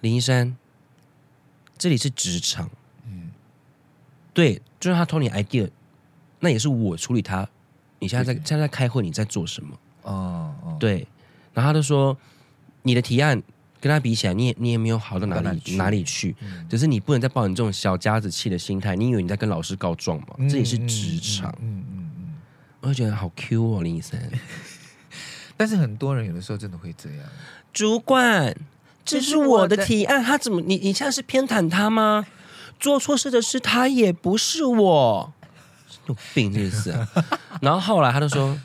[SPEAKER 1] 林一山，这里是职场，嗯对，就算他偷你 idea，那也是我处理他。你现在在
[SPEAKER 2] 对对
[SPEAKER 1] 现在在开会，你在做什么？
[SPEAKER 2] 哦哦，
[SPEAKER 1] 对。”然后他就说：“你的提案跟他比起来，你也你也没有好到哪里
[SPEAKER 2] 到哪里去嗯
[SPEAKER 1] 哪里去。只是你不能再抱你这种小家子气的心态，你以为你在跟老师告状吗？这也是职场。
[SPEAKER 2] 嗯嗯嗯
[SPEAKER 1] 我就觉得好 Q 哦，林医生。
[SPEAKER 2] 但是很多人有的时候真的会这样，
[SPEAKER 1] 主管，这
[SPEAKER 2] 这
[SPEAKER 1] 是
[SPEAKER 2] 是
[SPEAKER 1] 我
[SPEAKER 2] 我
[SPEAKER 1] 的
[SPEAKER 2] 的
[SPEAKER 1] 提案，他怎么你你现在是偏袒他吗？做错事的是他，也不是我，有病这是、啊。 然后后来他就说，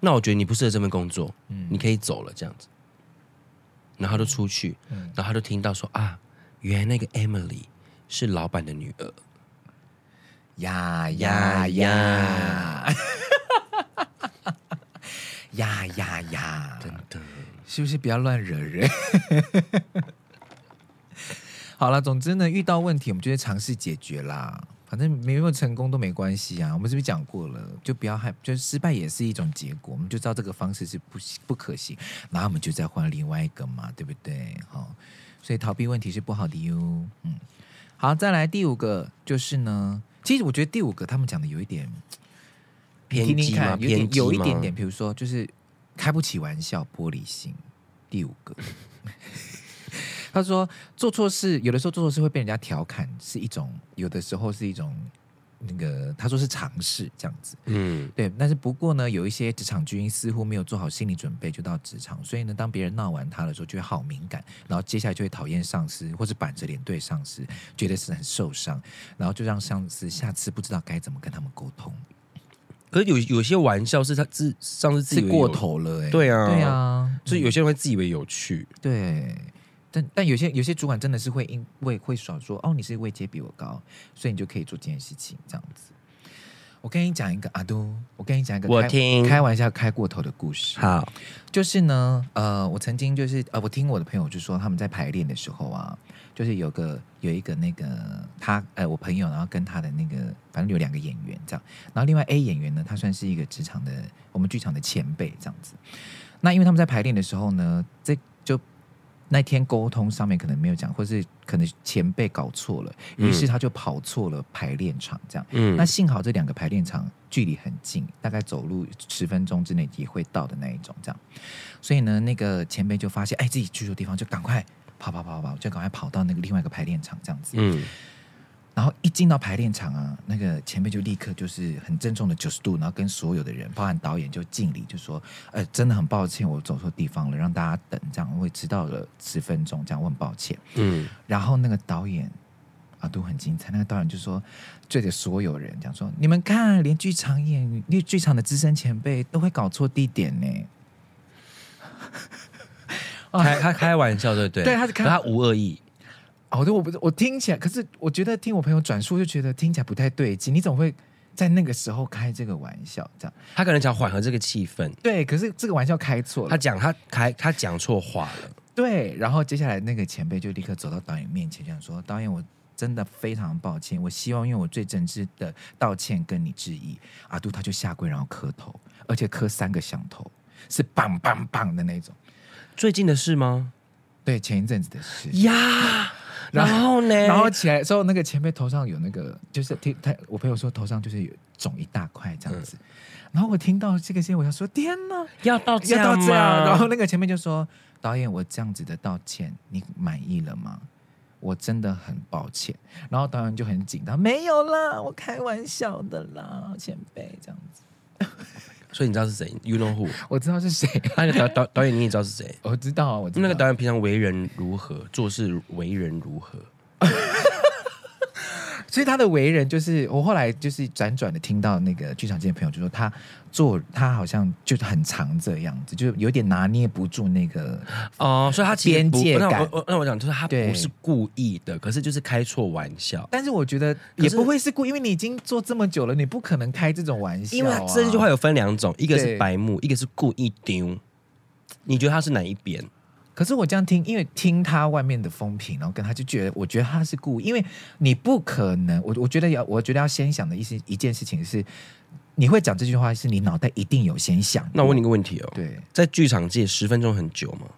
[SPEAKER 1] 那我觉得你不适合这份工作，
[SPEAKER 2] 嗯
[SPEAKER 1] 你可以走了这样子。然后他就出去，
[SPEAKER 2] 嗯
[SPEAKER 1] 然后他就听到说啊，原来那个 Emily 是老板的女儿。
[SPEAKER 2] 呀呀呀， 呀呀呀，真的，是不是不要乱惹人？ 好了，总之呢，遇到问题我们就会尝试解决啦。反正没有成功都没关系啊，我们是不是讲过了？就不要害，就是失败也是一种结果，我们就知道这个方式是不行不可行，然后我们就再换另外一个嘛，对不对？好、所以逃避问题是不好的哟。嗯，好，再来第五个就是呢，其实我觉得第五个他们讲的有一点
[SPEAKER 1] 偏
[SPEAKER 2] 你听
[SPEAKER 1] 激
[SPEAKER 2] 听
[SPEAKER 1] 吗
[SPEAKER 2] 看，有
[SPEAKER 1] 偏
[SPEAKER 2] 点
[SPEAKER 1] 激
[SPEAKER 2] 有一点
[SPEAKER 1] 吗
[SPEAKER 2] 点，比如说就是开不起玩笑，玻璃心。第五个， 他说做错事，有的时候做错事会被人家调侃，是一种；有的时候是一种那个，他说是尝试这样子。
[SPEAKER 1] 嗯
[SPEAKER 2] 对，但是不过呢，有一些职场军似乎没有做好心理准备就到职场，所以呢，当别人闹完他的时候，就会好敏感，然后接下来就会讨厌上司，或是板着脸对上司，觉得是很受伤，然后就让上司下次不知道该怎么跟他们沟通，
[SPEAKER 1] 可是有有些玩笑是他自上次自己
[SPEAKER 2] 是过，头了哎、欸，
[SPEAKER 1] 对啊
[SPEAKER 2] 对啊，
[SPEAKER 1] 所以有些人会自以为有趣，
[SPEAKER 2] 对。但但有些有些主管真的是会因为会爽说哦你是位阶比我高，所以你就可以做这件事情这样子。我跟你讲一个阿都，我跟你讲一个
[SPEAKER 1] 我
[SPEAKER 2] 开
[SPEAKER 1] 听
[SPEAKER 2] 开玩笑开过头的故事。
[SPEAKER 1] 好，
[SPEAKER 2] 就是呢，呃，我曾经就是呃，我听我的朋友就说他们在排练的时候啊，就是有个有一个那个他呃，我朋友，然后跟他的那个反正有两个演员这样，然后另外 A 演员呢，他算是一个职场的我们剧场的前辈这样子。那因为他们在排练的时候呢，这就那天沟通上面可能没有讲，或是可能前辈搞错了，于是
[SPEAKER 1] 嗯
[SPEAKER 2] 他就跑错了排练场这样。
[SPEAKER 1] 嗯
[SPEAKER 2] 那幸好这两个排练场距离很近，大概走路十分钟之内也会到的那一种，这样。所以呢，那个前辈就发现，哎，自己居住地方就赶快跑跑跑跑跑，就赶快跑到那个另外一个排练场这样子。
[SPEAKER 1] 嗯
[SPEAKER 2] 然后一进到排练场啊，那个前辈就立刻就是很郑重的九十度，然后跟所有的人，包含导演就敬礼，就说：“呃，真的很抱歉，我走错地方了，让大家等，这样我也迟到了十分钟，这样我很抱歉。”
[SPEAKER 1] 嗯，
[SPEAKER 2] 然后那个导演啊都很精彩，那个导演就说对着所有人讲说：“你们看，连剧场演连剧场的资深前辈都会搞错地点呢。
[SPEAKER 1] 开他开玩笑哦对不对？
[SPEAKER 2] 对他是开
[SPEAKER 1] 可他无恶意，”
[SPEAKER 2] 哦，对，我不我听起来，可是我觉得听我朋友转述就觉得听起来不太对劲，你怎么会在那个时候开这个玩笑？这样
[SPEAKER 1] 他可能想缓和这个气氛，
[SPEAKER 2] 对，可是这个玩笑开错了，
[SPEAKER 1] 他讲他开他讲错话了，
[SPEAKER 2] 对，然后接下来那个前辈就立刻走到导演面前，这样说：“导演，我真的非常抱歉，我希望用我最真挚的道歉跟你致意。”阿杜他就下跪，然后磕头，而且磕三个响头，是棒棒棒的那种。
[SPEAKER 1] 最近的事吗？
[SPEAKER 2] 对，前一阵子的事。
[SPEAKER 1] 呀，
[SPEAKER 2] 然后
[SPEAKER 1] 然后呢？
[SPEAKER 2] 然后起来之后，那个前辈头上有那个，就是听他我朋友说头上就是有肿一大块这样子。然后我听到这个新闻，我想说：“天哪，
[SPEAKER 1] 要到这
[SPEAKER 2] 要到
[SPEAKER 1] 样
[SPEAKER 2] 这样。
[SPEAKER 1] 吗
[SPEAKER 2] 然后那个前面就说：“导演，我这样子的道歉，你满意了吗？我真的很抱歉。”然后导演就很紧张：“没有啦，我开玩笑的啦，前辈这样子。
[SPEAKER 1] 所以你知道是谁？You know who？”
[SPEAKER 2] 我知道是谁，
[SPEAKER 1] 他那个导导导演你也知道是谁？
[SPEAKER 2] 我知道啊，我知道
[SPEAKER 1] 那个导演平常为人如何，做事为人如何？
[SPEAKER 2] 所以他的为人就是，我后来就是辗转的听到那个剧场界的朋友就说，他做他好像就是很常这样子，就是有点拿捏不住那个
[SPEAKER 1] 哦，所以他其实不
[SPEAKER 2] 边界感
[SPEAKER 1] 那我我那我讲就是他
[SPEAKER 2] 对
[SPEAKER 1] 不是故意的，可是就是开错玩笑。
[SPEAKER 2] 但是我觉得也不会是故意，因为你已经做这么久了，你不可能开这种玩笑、啊。
[SPEAKER 1] 因为这句话有分两种，一个是
[SPEAKER 2] 对
[SPEAKER 1] 白目，一个是故意丢。你觉得他是哪一边？
[SPEAKER 2] 可是我这样听，因为听他外面的风评，然后跟他就觉得，我觉得他是故意，因为你不可能，我我觉得要，我觉得要先想的一些一件事情是，你会讲这句话，是你脑袋一定有先想。
[SPEAKER 1] 那我问你一个问题哦，
[SPEAKER 2] 对，
[SPEAKER 1] 在剧场界十分钟很久吗？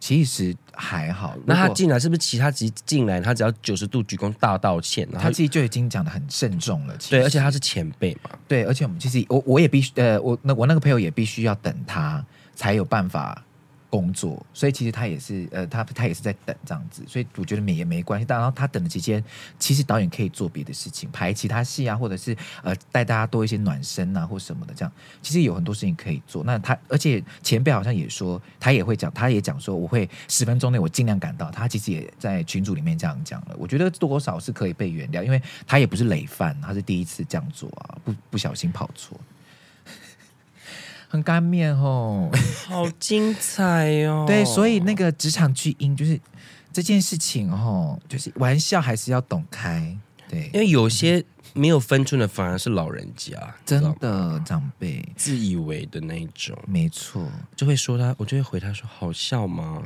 [SPEAKER 2] 其实还好。
[SPEAKER 1] 那他
[SPEAKER 2] 如果
[SPEAKER 1] 进来是不是其他级进来，他只要九十度鞠躬大道歉，然
[SPEAKER 2] 他
[SPEAKER 1] 后
[SPEAKER 2] 自己就已经讲的很慎重了，其实
[SPEAKER 1] 对，而且他是前辈嘛，
[SPEAKER 2] 对，而且我们其实我我也必须，呃，我那我那个朋友也必须要等他才有办法工作，所以其实他也是，呃，他他也是在等这样子，所以我觉得没也没关系。但然后他等的期间，其实导演可以做别的事情，排其他戏啊，或者是呃带大家多一些暖身啊或什么的，这样其实有很多事情可以做。那他而且前辈好像也说，他也会讲，他也讲说我会十分钟内我尽量赶到，他其实也在群组里面这样讲了。我觉得多少是可以被原谅，因为他也不是累犯，啊他是第一次这样做啊，不不小心跑错，很干面哦吼。
[SPEAKER 1] 好精彩哦
[SPEAKER 2] 对，所以那个职场巨婴就是这件事情哦，就是玩笑还是要懂开，对
[SPEAKER 1] 因，为有些没有分寸的反而是老人家，
[SPEAKER 2] 真
[SPEAKER 1] 你知道吗
[SPEAKER 2] 的长辈，
[SPEAKER 1] 自以为的那一种，
[SPEAKER 2] 没错。
[SPEAKER 1] 就会说他，我就会回他说好笑吗？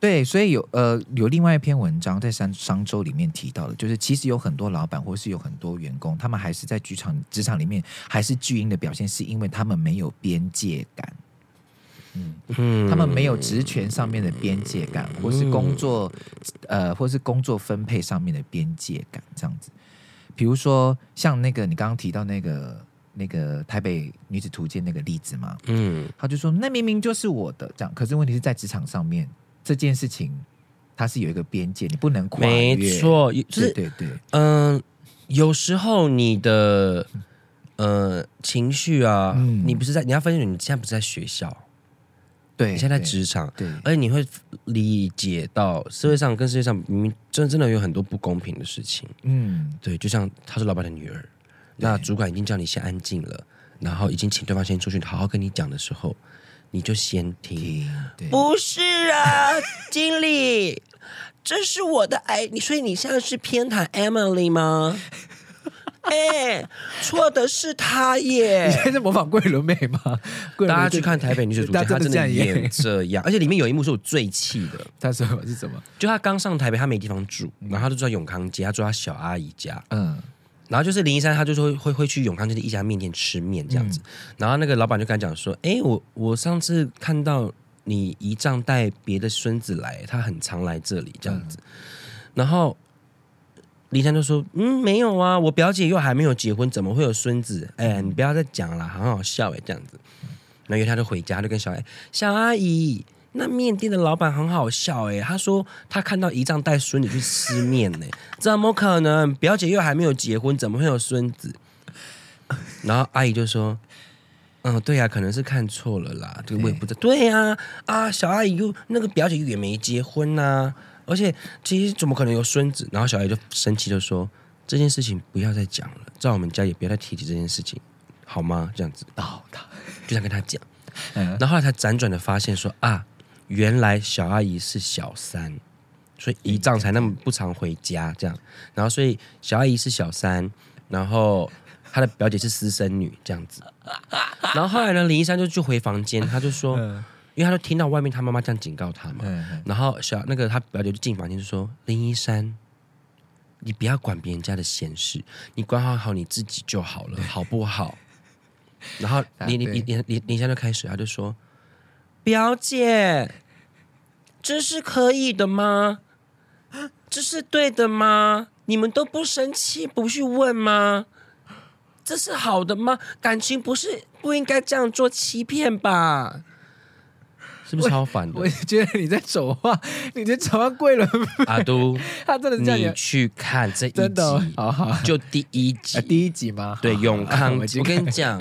[SPEAKER 2] 对，所以有呃有另外一篇文章在商商周里面提到的，就是其实有很多老板或是有很多员工，他们还是在职场职场里面还是巨婴的表现，是因为他们没有边界感，
[SPEAKER 1] 嗯
[SPEAKER 2] 他们没有职权上面的边界感，
[SPEAKER 1] 嗯
[SPEAKER 2] 或是工作呃或是工作分配上面的边界感这样子。比如说像那个你刚刚提到那个那个台北女子图鉴那个例子嘛，
[SPEAKER 1] 嗯
[SPEAKER 2] 他就说那明明就是我的，这样。可是问题是在职场上面这件事情，它是有一个边界，你不能跨越。
[SPEAKER 1] 没，错，就
[SPEAKER 2] 对
[SPEAKER 1] 是
[SPEAKER 2] 对对，
[SPEAKER 1] 嗯、有时候你的呃情绪啊，
[SPEAKER 2] 嗯
[SPEAKER 1] 你不是在你要分清，你现在不是在学校，
[SPEAKER 2] 对，
[SPEAKER 1] 你现在在
[SPEAKER 2] 对
[SPEAKER 1] 职场，
[SPEAKER 2] 对
[SPEAKER 1] 而且你会理解到社会上跟世界上明明真真的有很多不公平的事情。
[SPEAKER 2] 嗯，
[SPEAKER 1] 对，就像她是老板的女儿，那主管已经叫你先安静了，然后已经请对方先出去好好跟你讲的时候，你就先听。
[SPEAKER 2] 停，对，
[SPEAKER 1] 不是啊，经理，这是我的哎，你所以你现在是偏袒 Emily 吗？哎，错的是他
[SPEAKER 2] 你
[SPEAKER 1] 耶。
[SPEAKER 2] 现在在模仿桂纶镁吗？桂 纶镁
[SPEAKER 1] 大家去
[SPEAKER 2] 就
[SPEAKER 1] 看《台北女子图鉴
[SPEAKER 2] 大》，家
[SPEAKER 1] 她
[SPEAKER 2] 真
[SPEAKER 1] 真
[SPEAKER 2] 的这
[SPEAKER 1] 的
[SPEAKER 2] 样演
[SPEAKER 1] 演这样，而且里面有一幕是我最气的，
[SPEAKER 2] 他说是什么？
[SPEAKER 1] 就她刚上台北，她没地方住，然后她就住在永康街，她住她小阿姨家，
[SPEAKER 2] 嗯，
[SPEAKER 1] 然后就是林一山，他就是会会会去永康街的一家面店吃面这样子。然后那个老板就跟他讲说：“哎，我我上次看到你姨丈带别的孙子来，他很常来这里这样子。然后林一山就说：“嗯，没有啊，我表姐又还没有结婚，怎么会有孙子？哎，你不要再讲了，很好笑哎，这样子。”然后因为他就回家，就跟小孩小阿姨。那面店的老板很好笑哎、他说他看到姨丈带孙子去吃面欸呢、怎么可能？表姐又还没有结婚，怎么会有孙子？然后阿姨就说：“嗯，对呀、可能是看错了啦，这个我也不知道。对呀、啊，小阿姨又那个表姐又也没结婚呐、而且其实怎么可能有孙子？”然后小阿姨就生气就说：“这件事情不要再讲了，在我们家也不要再提起这件事情，好吗？”这样子
[SPEAKER 2] 倒他，
[SPEAKER 1] 就想跟她讲。
[SPEAKER 2] 嗯
[SPEAKER 1] 然后后来才辗转的发现说啊，原来小阿姨是小三，所以姨丈才那么不常回家这样。然后所以小阿姨是小三，然后她的表姐是私生女这样子。然后后来呢，林一山就去回房间，他就说，因为他就听到外面他妈妈这样警告他嘛，
[SPEAKER 2] 嗯，
[SPEAKER 1] 然后小那个他表姐就进房间就说：“林一山，你不要管别人家的闲事，你管好好你自己就好了，好不好？” 然后
[SPEAKER 2] 啊
[SPEAKER 1] 林林
[SPEAKER 2] 对
[SPEAKER 1] 林林林林一山就开始，他就说：“表姐，这是可以的吗？这是对的吗？你们都不生气，不去问吗？”这是好的吗？感情不是不应该这样做欺骗吧？是不是超烦的
[SPEAKER 2] 我？觉得你在丑化，你在丑化桂纶镁，
[SPEAKER 1] 阿都，
[SPEAKER 2] 他真的是这样
[SPEAKER 1] 你
[SPEAKER 2] 演，
[SPEAKER 1] 去看这一集
[SPEAKER 2] 真，的哦，好好，
[SPEAKER 1] 就第一
[SPEAKER 2] 啊
[SPEAKER 1] 集，
[SPEAKER 2] 第一集吗？
[SPEAKER 1] 对
[SPEAKER 2] 好
[SPEAKER 1] 永
[SPEAKER 2] 好
[SPEAKER 1] 康，
[SPEAKER 2] 我去
[SPEAKER 1] 我跟你 讲，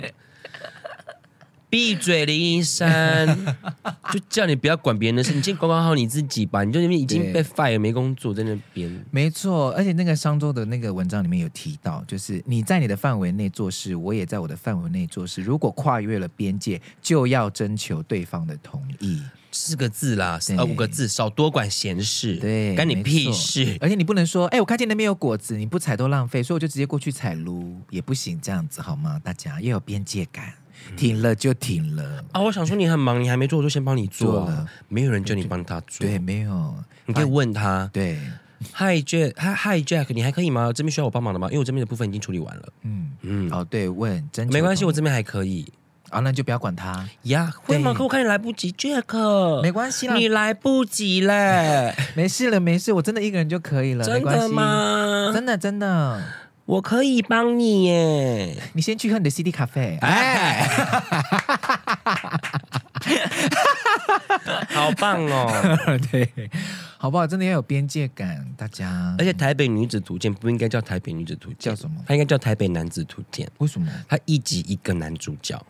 [SPEAKER 1] 闭嘴林一山， 就叫你不要管别人的事，你先管管好你自己吧。你就那边已经被
[SPEAKER 2] 对
[SPEAKER 1] fire 没工作，在那边，
[SPEAKER 2] 没错，而且那个商周的那个文章里面有提到，就是你在你的范围内做事，我也在我的范围内做事。如果跨越了边界，就要征求对方的同意。
[SPEAKER 1] 四个字啦，
[SPEAKER 2] 对
[SPEAKER 1] 呃五个字，少多管闲事，
[SPEAKER 2] 对，
[SPEAKER 1] 干你
[SPEAKER 2] 没
[SPEAKER 1] 屁
[SPEAKER 2] 错
[SPEAKER 1] 事。
[SPEAKER 2] 而且你不能说，哎、我看见那边有果子，你不采都浪费，所以我就直接过去采撸，也不行，这样子好吗？大家要有边界感，停了就停了。
[SPEAKER 1] 啊，我想说你很忙，你还没做，我就先帮你做
[SPEAKER 2] 做
[SPEAKER 1] 啊
[SPEAKER 2] 了。
[SPEAKER 1] 没有人叫你帮他做，
[SPEAKER 2] 对，没有，
[SPEAKER 1] 你可以问他
[SPEAKER 2] 对，
[SPEAKER 1] ，Hi Jack，Hi Hi Jack，你还可以吗？这边需要我帮忙的吗？因为我这边的部分已经处理完了。
[SPEAKER 2] 嗯，
[SPEAKER 1] 嗯，
[SPEAKER 2] 哦，对，问，真
[SPEAKER 1] 没关系，我这边还可以
[SPEAKER 2] 啊、那就不要管他，
[SPEAKER 1] 呀。会吗？可我看你来不及，Jack，
[SPEAKER 2] 没关系啦，
[SPEAKER 1] 呃你来不及 嘞，
[SPEAKER 2] 没事了，没事，我真的一个人就可以了，没
[SPEAKER 1] 真
[SPEAKER 2] 关
[SPEAKER 1] 的
[SPEAKER 2] 系？
[SPEAKER 1] 吗？
[SPEAKER 2] 真的真的，
[SPEAKER 1] 我可以帮你耶。
[SPEAKER 2] 你先去喝你的 CD 咖 啡。
[SPEAKER 1] 哎，好棒哦！
[SPEAKER 2] 对，好不好？真的要有边界感，大家。
[SPEAKER 1] 而且台北女子图鉴不应该叫台北女子图鉴，
[SPEAKER 2] 叫什么
[SPEAKER 1] 它应该叫台北男子图鉴。
[SPEAKER 2] 为什么？
[SPEAKER 1] 它一集一个男主角。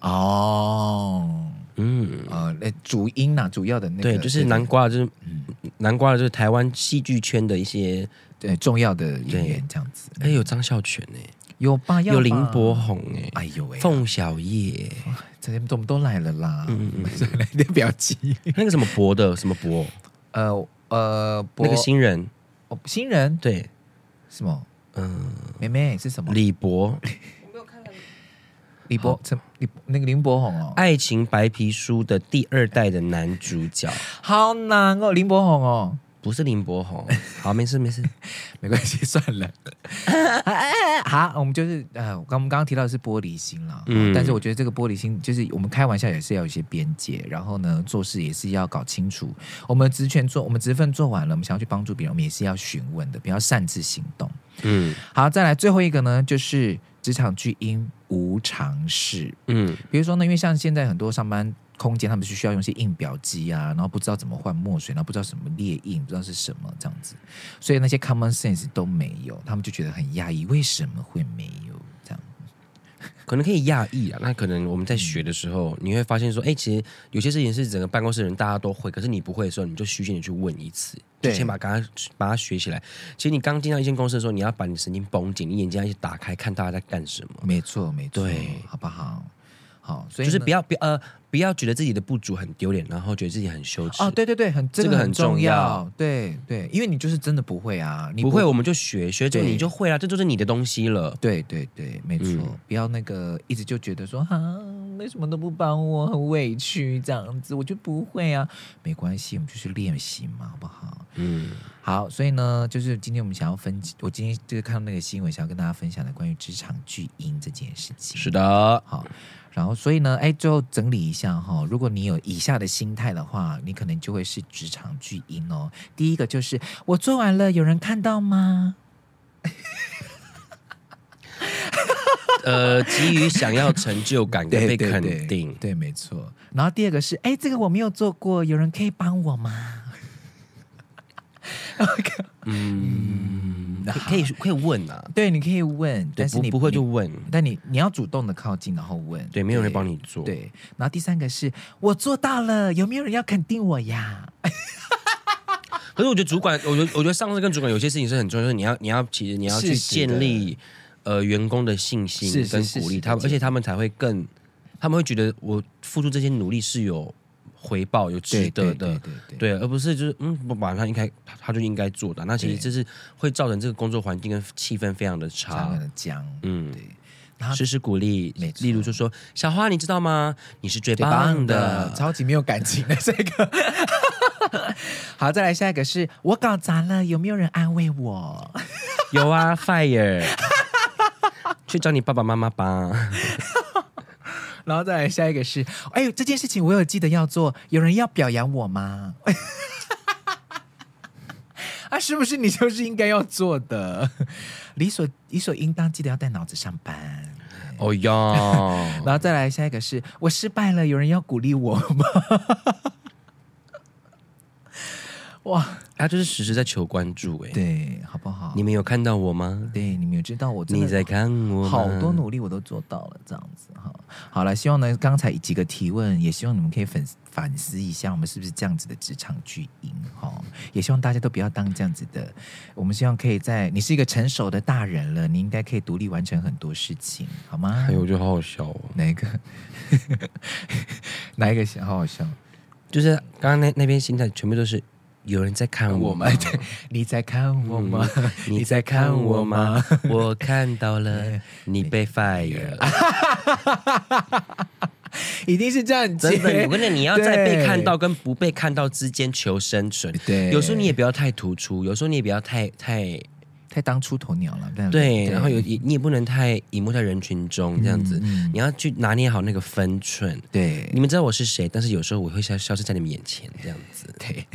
[SPEAKER 2] 哦，
[SPEAKER 1] 嗯，
[SPEAKER 2] 呃，那主音呐、主要的那个，
[SPEAKER 1] 对，就是南瓜，就是嗯南瓜，就是台湾戏剧圈的一些。
[SPEAKER 2] 对重要的
[SPEAKER 1] 对
[SPEAKER 2] 演员这样子。
[SPEAKER 1] 哎，有张孝全哎，
[SPEAKER 2] 有吧？要吧
[SPEAKER 1] 有林柏，宏哎，
[SPEAKER 2] 哎呦喂，
[SPEAKER 1] 凤小叶，
[SPEAKER 2] 这些我们都来了啦。嗯嗯嗯， 来点表 情。
[SPEAKER 1] 那个什么博的什么博，
[SPEAKER 2] 呃呃，博
[SPEAKER 1] 那个新人，
[SPEAKER 2] 哦新人
[SPEAKER 1] 对，
[SPEAKER 2] 什么？
[SPEAKER 1] 嗯，
[SPEAKER 2] 妹妹是什么？
[SPEAKER 1] 李博，
[SPEAKER 3] 我没有看到你，
[SPEAKER 2] 李博，陈李那个林柏宏哦，
[SPEAKER 1] 《爱情白皮书》的第二代的男主角，
[SPEAKER 2] 好难哦，林柏宏哦。
[SPEAKER 1] 不是林柏 宏。好，没事没事，
[SPEAKER 2] 没关系，算了。 好，我们就是呃，我刚我们刚刚提到的是玻璃心啦，
[SPEAKER 1] 嗯
[SPEAKER 2] 嗯，但是我觉得这个玻璃心就是我们开玩笑也是要有一些边界，然后呢，做事也是要搞清楚。我们职权做，我们职分做完了，我们想要去帮助别人，我们也是要询问的，不要擅自行动。
[SPEAKER 1] 嗯
[SPEAKER 2] 好，再来最后一个呢，就是职场巨婴无常事。
[SPEAKER 1] 嗯
[SPEAKER 2] 比如说呢，因为像现在很多上班空间，他们是需要用一些印表机啊，然后不知道怎么换墨水，然后不知道什么列印，不知道是什么这样子，所以那些 common sense 都没有，他们就觉得很压抑，为什么会没有这样？
[SPEAKER 1] 可能可以讶异啊。那可能我们在学的时候，你会发现说，哎、其实有些事情是整个办公室的人大家都会，可是你不会的时候，你就虚心的去问一次，就
[SPEAKER 2] 对
[SPEAKER 1] 先把刚刚把它学起来。其实你刚进到一间公司的时候，你要把你的神经绷紧，你眼睛要去打开，看大家在干什么。
[SPEAKER 2] 没错，没错，
[SPEAKER 1] 对
[SPEAKER 2] 好不好？好，所以
[SPEAKER 1] 就是
[SPEAKER 2] 呢
[SPEAKER 1] 不要不要呃不要觉得自己的不足很丢脸，然后觉得自己很羞耻。
[SPEAKER 2] 哦，对对对，很这
[SPEAKER 1] 这
[SPEAKER 2] 个
[SPEAKER 1] 个
[SPEAKER 2] 很
[SPEAKER 1] 很
[SPEAKER 2] 重
[SPEAKER 1] 重
[SPEAKER 2] 要
[SPEAKER 1] 要，
[SPEAKER 2] 对对，因为你就是真的不会啊，你
[SPEAKER 1] 不会，我们就学学这个
[SPEAKER 2] 对
[SPEAKER 1] 你就会啦，这就是你的东西了。
[SPEAKER 2] 对对对，没错，
[SPEAKER 1] 嗯
[SPEAKER 2] 不要那个一直就觉得说哈、为什么都不帮我，很委屈这样子，我就不会啊，没关系，我们就是练习嘛，好不好？
[SPEAKER 1] 嗯，
[SPEAKER 2] 好，所以呢，就是今天我们想要分，我今天就是看到那个新闻，想要跟大家分享的关于职场巨婴这件事情。
[SPEAKER 1] 是的，
[SPEAKER 2] 好，然后所以呢，哎，最后整理一下哈、如果你有以下的心态的话，你可能就会是职场巨婴哦。第一个就是我做完了，有人看到吗？
[SPEAKER 1] 呃，急于想要成就感跟被肯
[SPEAKER 2] 对
[SPEAKER 1] 定，
[SPEAKER 2] 对，没错。然后第二个是，哎，这个我没有做过，有人可以帮我吗？
[SPEAKER 1] 嗯，可以可以问啊，
[SPEAKER 2] 对，你可以问，
[SPEAKER 1] 对
[SPEAKER 2] 但，是
[SPEAKER 1] 不
[SPEAKER 2] 你
[SPEAKER 1] 不会就，问，
[SPEAKER 2] 你但你你要主动的靠近，然后问。
[SPEAKER 1] 对，没有人帮你做，
[SPEAKER 2] 对，然后第三个是我做到了，有没有人要肯定我呀？
[SPEAKER 1] 可是我觉得主管，我觉得我觉得上司跟主管有些事情是很重要，就是你要你要其实你要
[SPEAKER 2] 适
[SPEAKER 1] 去
[SPEAKER 2] 时地
[SPEAKER 1] 建立呃员工的信心
[SPEAKER 2] 是是
[SPEAKER 1] 跟
[SPEAKER 2] 是
[SPEAKER 1] 鼓
[SPEAKER 2] 是
[SPEAKER 1] 励他们，
[SPEAKER 2] 是
[SPEAKER 1] 而且他们才会更，他们会觉得我付出这些努力是有回报、有值得
[SPEAKER 2] 对
[SPEAKER 1] 的。
[SPEAKER 2] 对对对
[SPEAKER 1] 对，而不是就是嗯，我马上应该他他就应该做的，那其实
[SPEAKER 2] 对
[SPEAKER 1] 这是会造成这个工作环境跟气氛非常的
[SPEAKER 2] 常
[SPEAKER 1] 差
[SPEAKER 2] 常。的讲，
[SPEAKER 1] 嗯，
[SPEAKER 2] 对，然后
[SPEAKER 1] 时时鼓励
[SPEAKER 2] 没，错
[SPEAKER 1] 例如就说小花，你知道吗？你是最
[SPEAKER 2] 最棒
[SPEAKER 1] 棒
[SPEAKER 2] 的，
[SPEAKER 1] 的。
[SPEAKER 2] 超级没有感情的这 个。好，再来下一个是我搞砸了，有没有人安慰我？
[SPEAKER 1] 有啊，fire，去找你爸爸妈妈吧。
[SPEAKER 2] 然后再来下一个是，哎呦，这件事情我有记得要做，有人要表扬我吗？ 啊，是不是你就是应该要做的？理所理所应当，记得要带脑子上班。
[SPEAKER 1] 哦哟，
[SPEAKER 2] 然后再来下一个是我失败了，有人要鼓励我吗？ 哇，
[SPEAKER 1] 他就是时时在求关注、欸，哎，
[SPEAKER 2] 对，好不好？
[SPEAKER 1] 你们有看到我吗？
[SPEAKER 2] 对，你们有知道我真的
[SPEAKER 1] 你在看我吗
[SPEAKER 2] 好多努力我都做到了，这样子哈。好了，希望呢刚才几个提问，也希望你们可以反反思一下，我们是不是这样子的职场巨婴哈？也希望大家都不要当这样子的。我们希望可以在你是一个成熟的大人了，你应该可以独立完成很多事情，好吗
[SPEAKER 1] 哎？呦，我觉得好好笑哦。
[SPEAKER 2] 哪一个？ 哪一个想好好笑？
[SPEAKER 1] 就是刚刚那那边心态全部都是有人在看我吗？嗯
[SPEAKER 2] 你在看我吗？
[SPEAKER 1] 你在看我吗？我看到 了，你被 fire
[SPEAKER 2] 啊
[SPEAKER 1] 了。
[SPEAKER 2] 一定是这样接，
[SPEAKER 1] 真的，我跟你讲，你要在
[SPEAKER 2] 对
[SPEAKER 1] 被看到跟不被看到之间求生存。
[SPEAKER 2] 对
[SPEAKER 1] 有时候你也不要太突出，有时候你也不要太太
[SPEAKER 2] 太当出头鸟了，这样
[SPEAKER 1] 对，然后有也你也不能太隐没在人群中这样子，
[SPEAKER 2] 嗯嗯
[SPEAKER 1] 你要去拿捏好那个分寸。
[SPEAKER 2] 对
[SPEAKER 1] 你们知道我是谁，但是有时候我会消消失在你们眼前，这样子，
[SPEAKER 2] 对，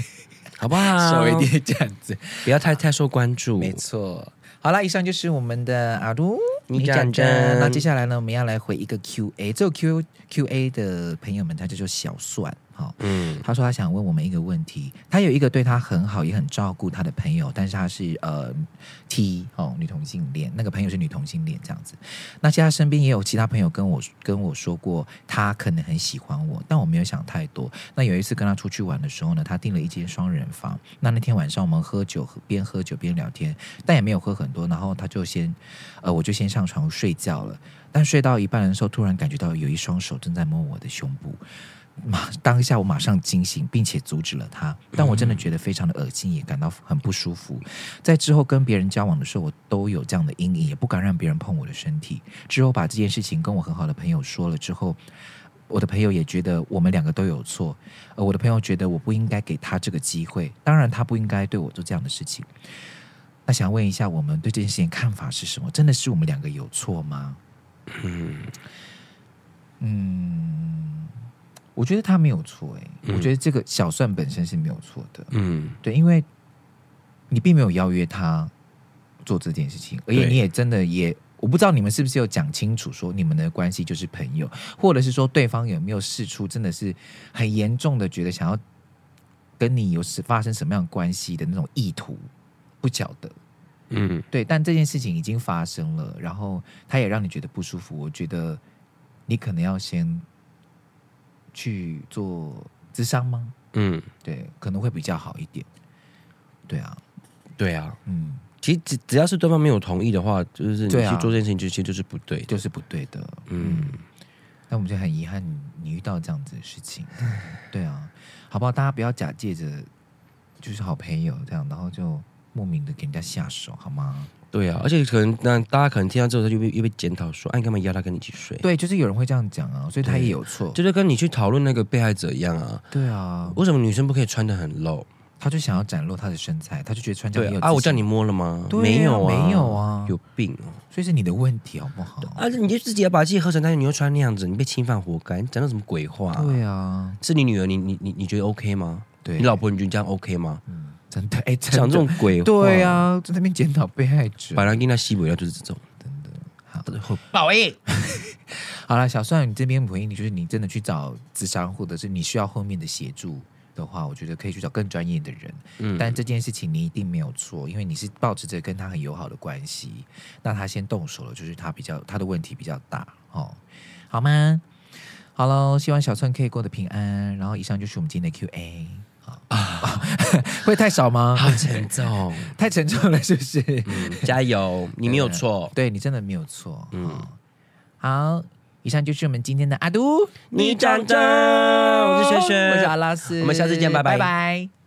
[SPEAKER 1] 好不好？
[SPEAKER 2] 稍微一，点这样子，
[SPEAKER 1] 不要太太受关注。
[SPEAKER 2] 没错。好了，以上就是我们的阿鲁
[SPEAKER 1] 你讲真
[SPEAKER 2] 那接下来呢，我们要来回一个 Q&A，这个 Q Q&A 的朋友们，他叫做小蒜，好、
[SPEAKER 1] 嗯，
[SPEAKER 2] 他说他想问我们一个问题，他有一个对他很好也很照顾他的朋友，但是他是呃 T 哦女同性恋，那个朋友是女同性恋这样子。那其实他身边也有其他朋友跟我跟我说过，他可能很喜欢我，但我没有想太多。那有一次跟他出去玩的时候呢，他订了一间双人房。那那天晚上我们喝酒，边喝酒边聊天，但也没有喝很多。然后他就先呃，我就先上床睡觉了。但睡到一半的时候，突然感觉到有一双手正在摸我的胸部。马当下我马上惊醒，并且阻止了他，但我真的觉得非常的恶心，也感到很不舒服。在之后跟别人交往的时候，我都有这样的阴影，也不敢让别人碰我的身体。之后把这件事情跟我很好的朋友说了之后，我的朋友也觉得我们两个都有错，呃，我的朋友觉得我不应该给他这个机会，当然他不应该对我做这样的事情。那想问一下，我们对这件事情看法是什么？真的是我们两个有错吗？
[SPEAKER 1] 嗯
[SPEAKER 2] 嗯，我觉得他没有错、欸，我觉得这个小算本身是没有错的，
[SPEAKER 1] 嗯，
[SPEAKER 2] 对，因为你并没有邀约他做这件事情，而且
[SPEAKER 1] 对
[SPEAKER 2] 你也真的也，我不知道你们是不是有讲清楚说你们的关系就是朋友，或者是说对方有没有试出真的是很严重的觉得想要跟你有是发生什么样的关系的那种意图，不晓得。
[SPEAKER 1] 嗯，
[SPEAKER 2] 对，但这件事情已经发生了，然后他也让你觉得不舒服，我觉得你可能要先去做咨商吗？
[SPEAKER 1] 嗯，
[SPEAKER 2] 对，可能会比较好一点。对啊，
[SPEAKER 1] 对啊，
[SPEAKER 2] 嗯，
[SPEAKER 1] 其实只只要是对方没有同意的话，就是你
[SPEAKER 2] 对啊
[SPEAKER 1] 去做这件事情，就其实就是不对的。
[SPEAKER 2] 就是不对啊的。
[SPEAKER 1] 嗯，
[SPEAKER 2] 那我们就很遗憾你你遇到这样子的事情。对啊，好不好？大家不要假借着就是好朋友这样，然后就莫名的给人家下手，好吗？
[SPEAKER 1] 对啊，而且可能那大家可能听到之后，他就被又被检讨说，哎、你干嘛压他跟你一起睡？
[SPEAKER 2] 对，就是有人会这样讲啊，所以他也有错。
[SPEAKER 1] 这就跟你去讨论那个被害者一样啊，
[SPEAKER 2] 对啊，
[SPEAKER 1] 为什么女生不可以穿的很露？
[SPEAKER 2] 他就想要展露他的身材，他就觉得穿这样
[SPEAKER 1] 对
[SPEAKER 2] 很有
[SPEAKER 1] 啊，我
[SPEAKER 2] 自
[SPEAKER 1] 叫
[SPEAKER 2] 信
[SPEAKER 1] 你摸了吗？
[SPEAKER 2] 对啊
[SPEAKER 1] 没有啊，
[SPEAKER 2] 没有啊
[SPEAKER 1] 有病哦！
[SPEAKER 2] 所以是你的问题好不好？
[SPEAKER 1] 啊，你就自己要把自己喝成那样，你又穿那样子，你被侵犯活该，你讲的什么鬼话、
[SPEAKER 2] 对啊，
[SPEAKER 1] 是你女儿，你你你你觉得 OK 吗？
[SPEAKER 2] 对，
[SPEAKER 1] 你老婆，你觉得这样 OK 吗？
[SPEAKER 2] 真的哎，真
[SPEAKER 1] 讲这
[SPEAKER 2] 的
[SPEAKER 1] 种鬼话，
[SPEAKER 2] 对，啊，在那边检讨被害者
[SPEAKER 1] 白。兰跟那西北要就是这种，
[SPEAKER 2] 好
[SPEAKER 1] 真的好
[SPEAKER 2] 报应。好了，小帅，你这边回应你，就是你真的去找咨商，或者是你需要后面的协助的话，我觉得可以去找更专业的人。
[SPEAKER 1] 嗯
[SPEAKER 2] 但这件事情你一定没有错，因为你是保持着跟他很友好的关系，那他先动手了，就是他比较他的问题比较大哦，好吗？好喽，希望小寸可以过得平安。然后以上就是我们今天的 Q&A。好 啊，会太少吗？
[SPEAKER 1] 好沉重，
[SPEAKER 2] 太沉重了，是不是？
[SPEAKER 1] 嗯加油，你没有错，
[SPEAKER 2] 对你真的没有错。
[SPEAKER 1] 嗯
[SPEAKER 2] 嗯，好，以上就是我们今天的阿都，
[SPEAKER 1] 你长真我是轩轩
[SPEAKER 2] 我是阿拉斯，
[SPEAKER 1] 我们下次见拜拜
[SPEAKER 2] 拜拜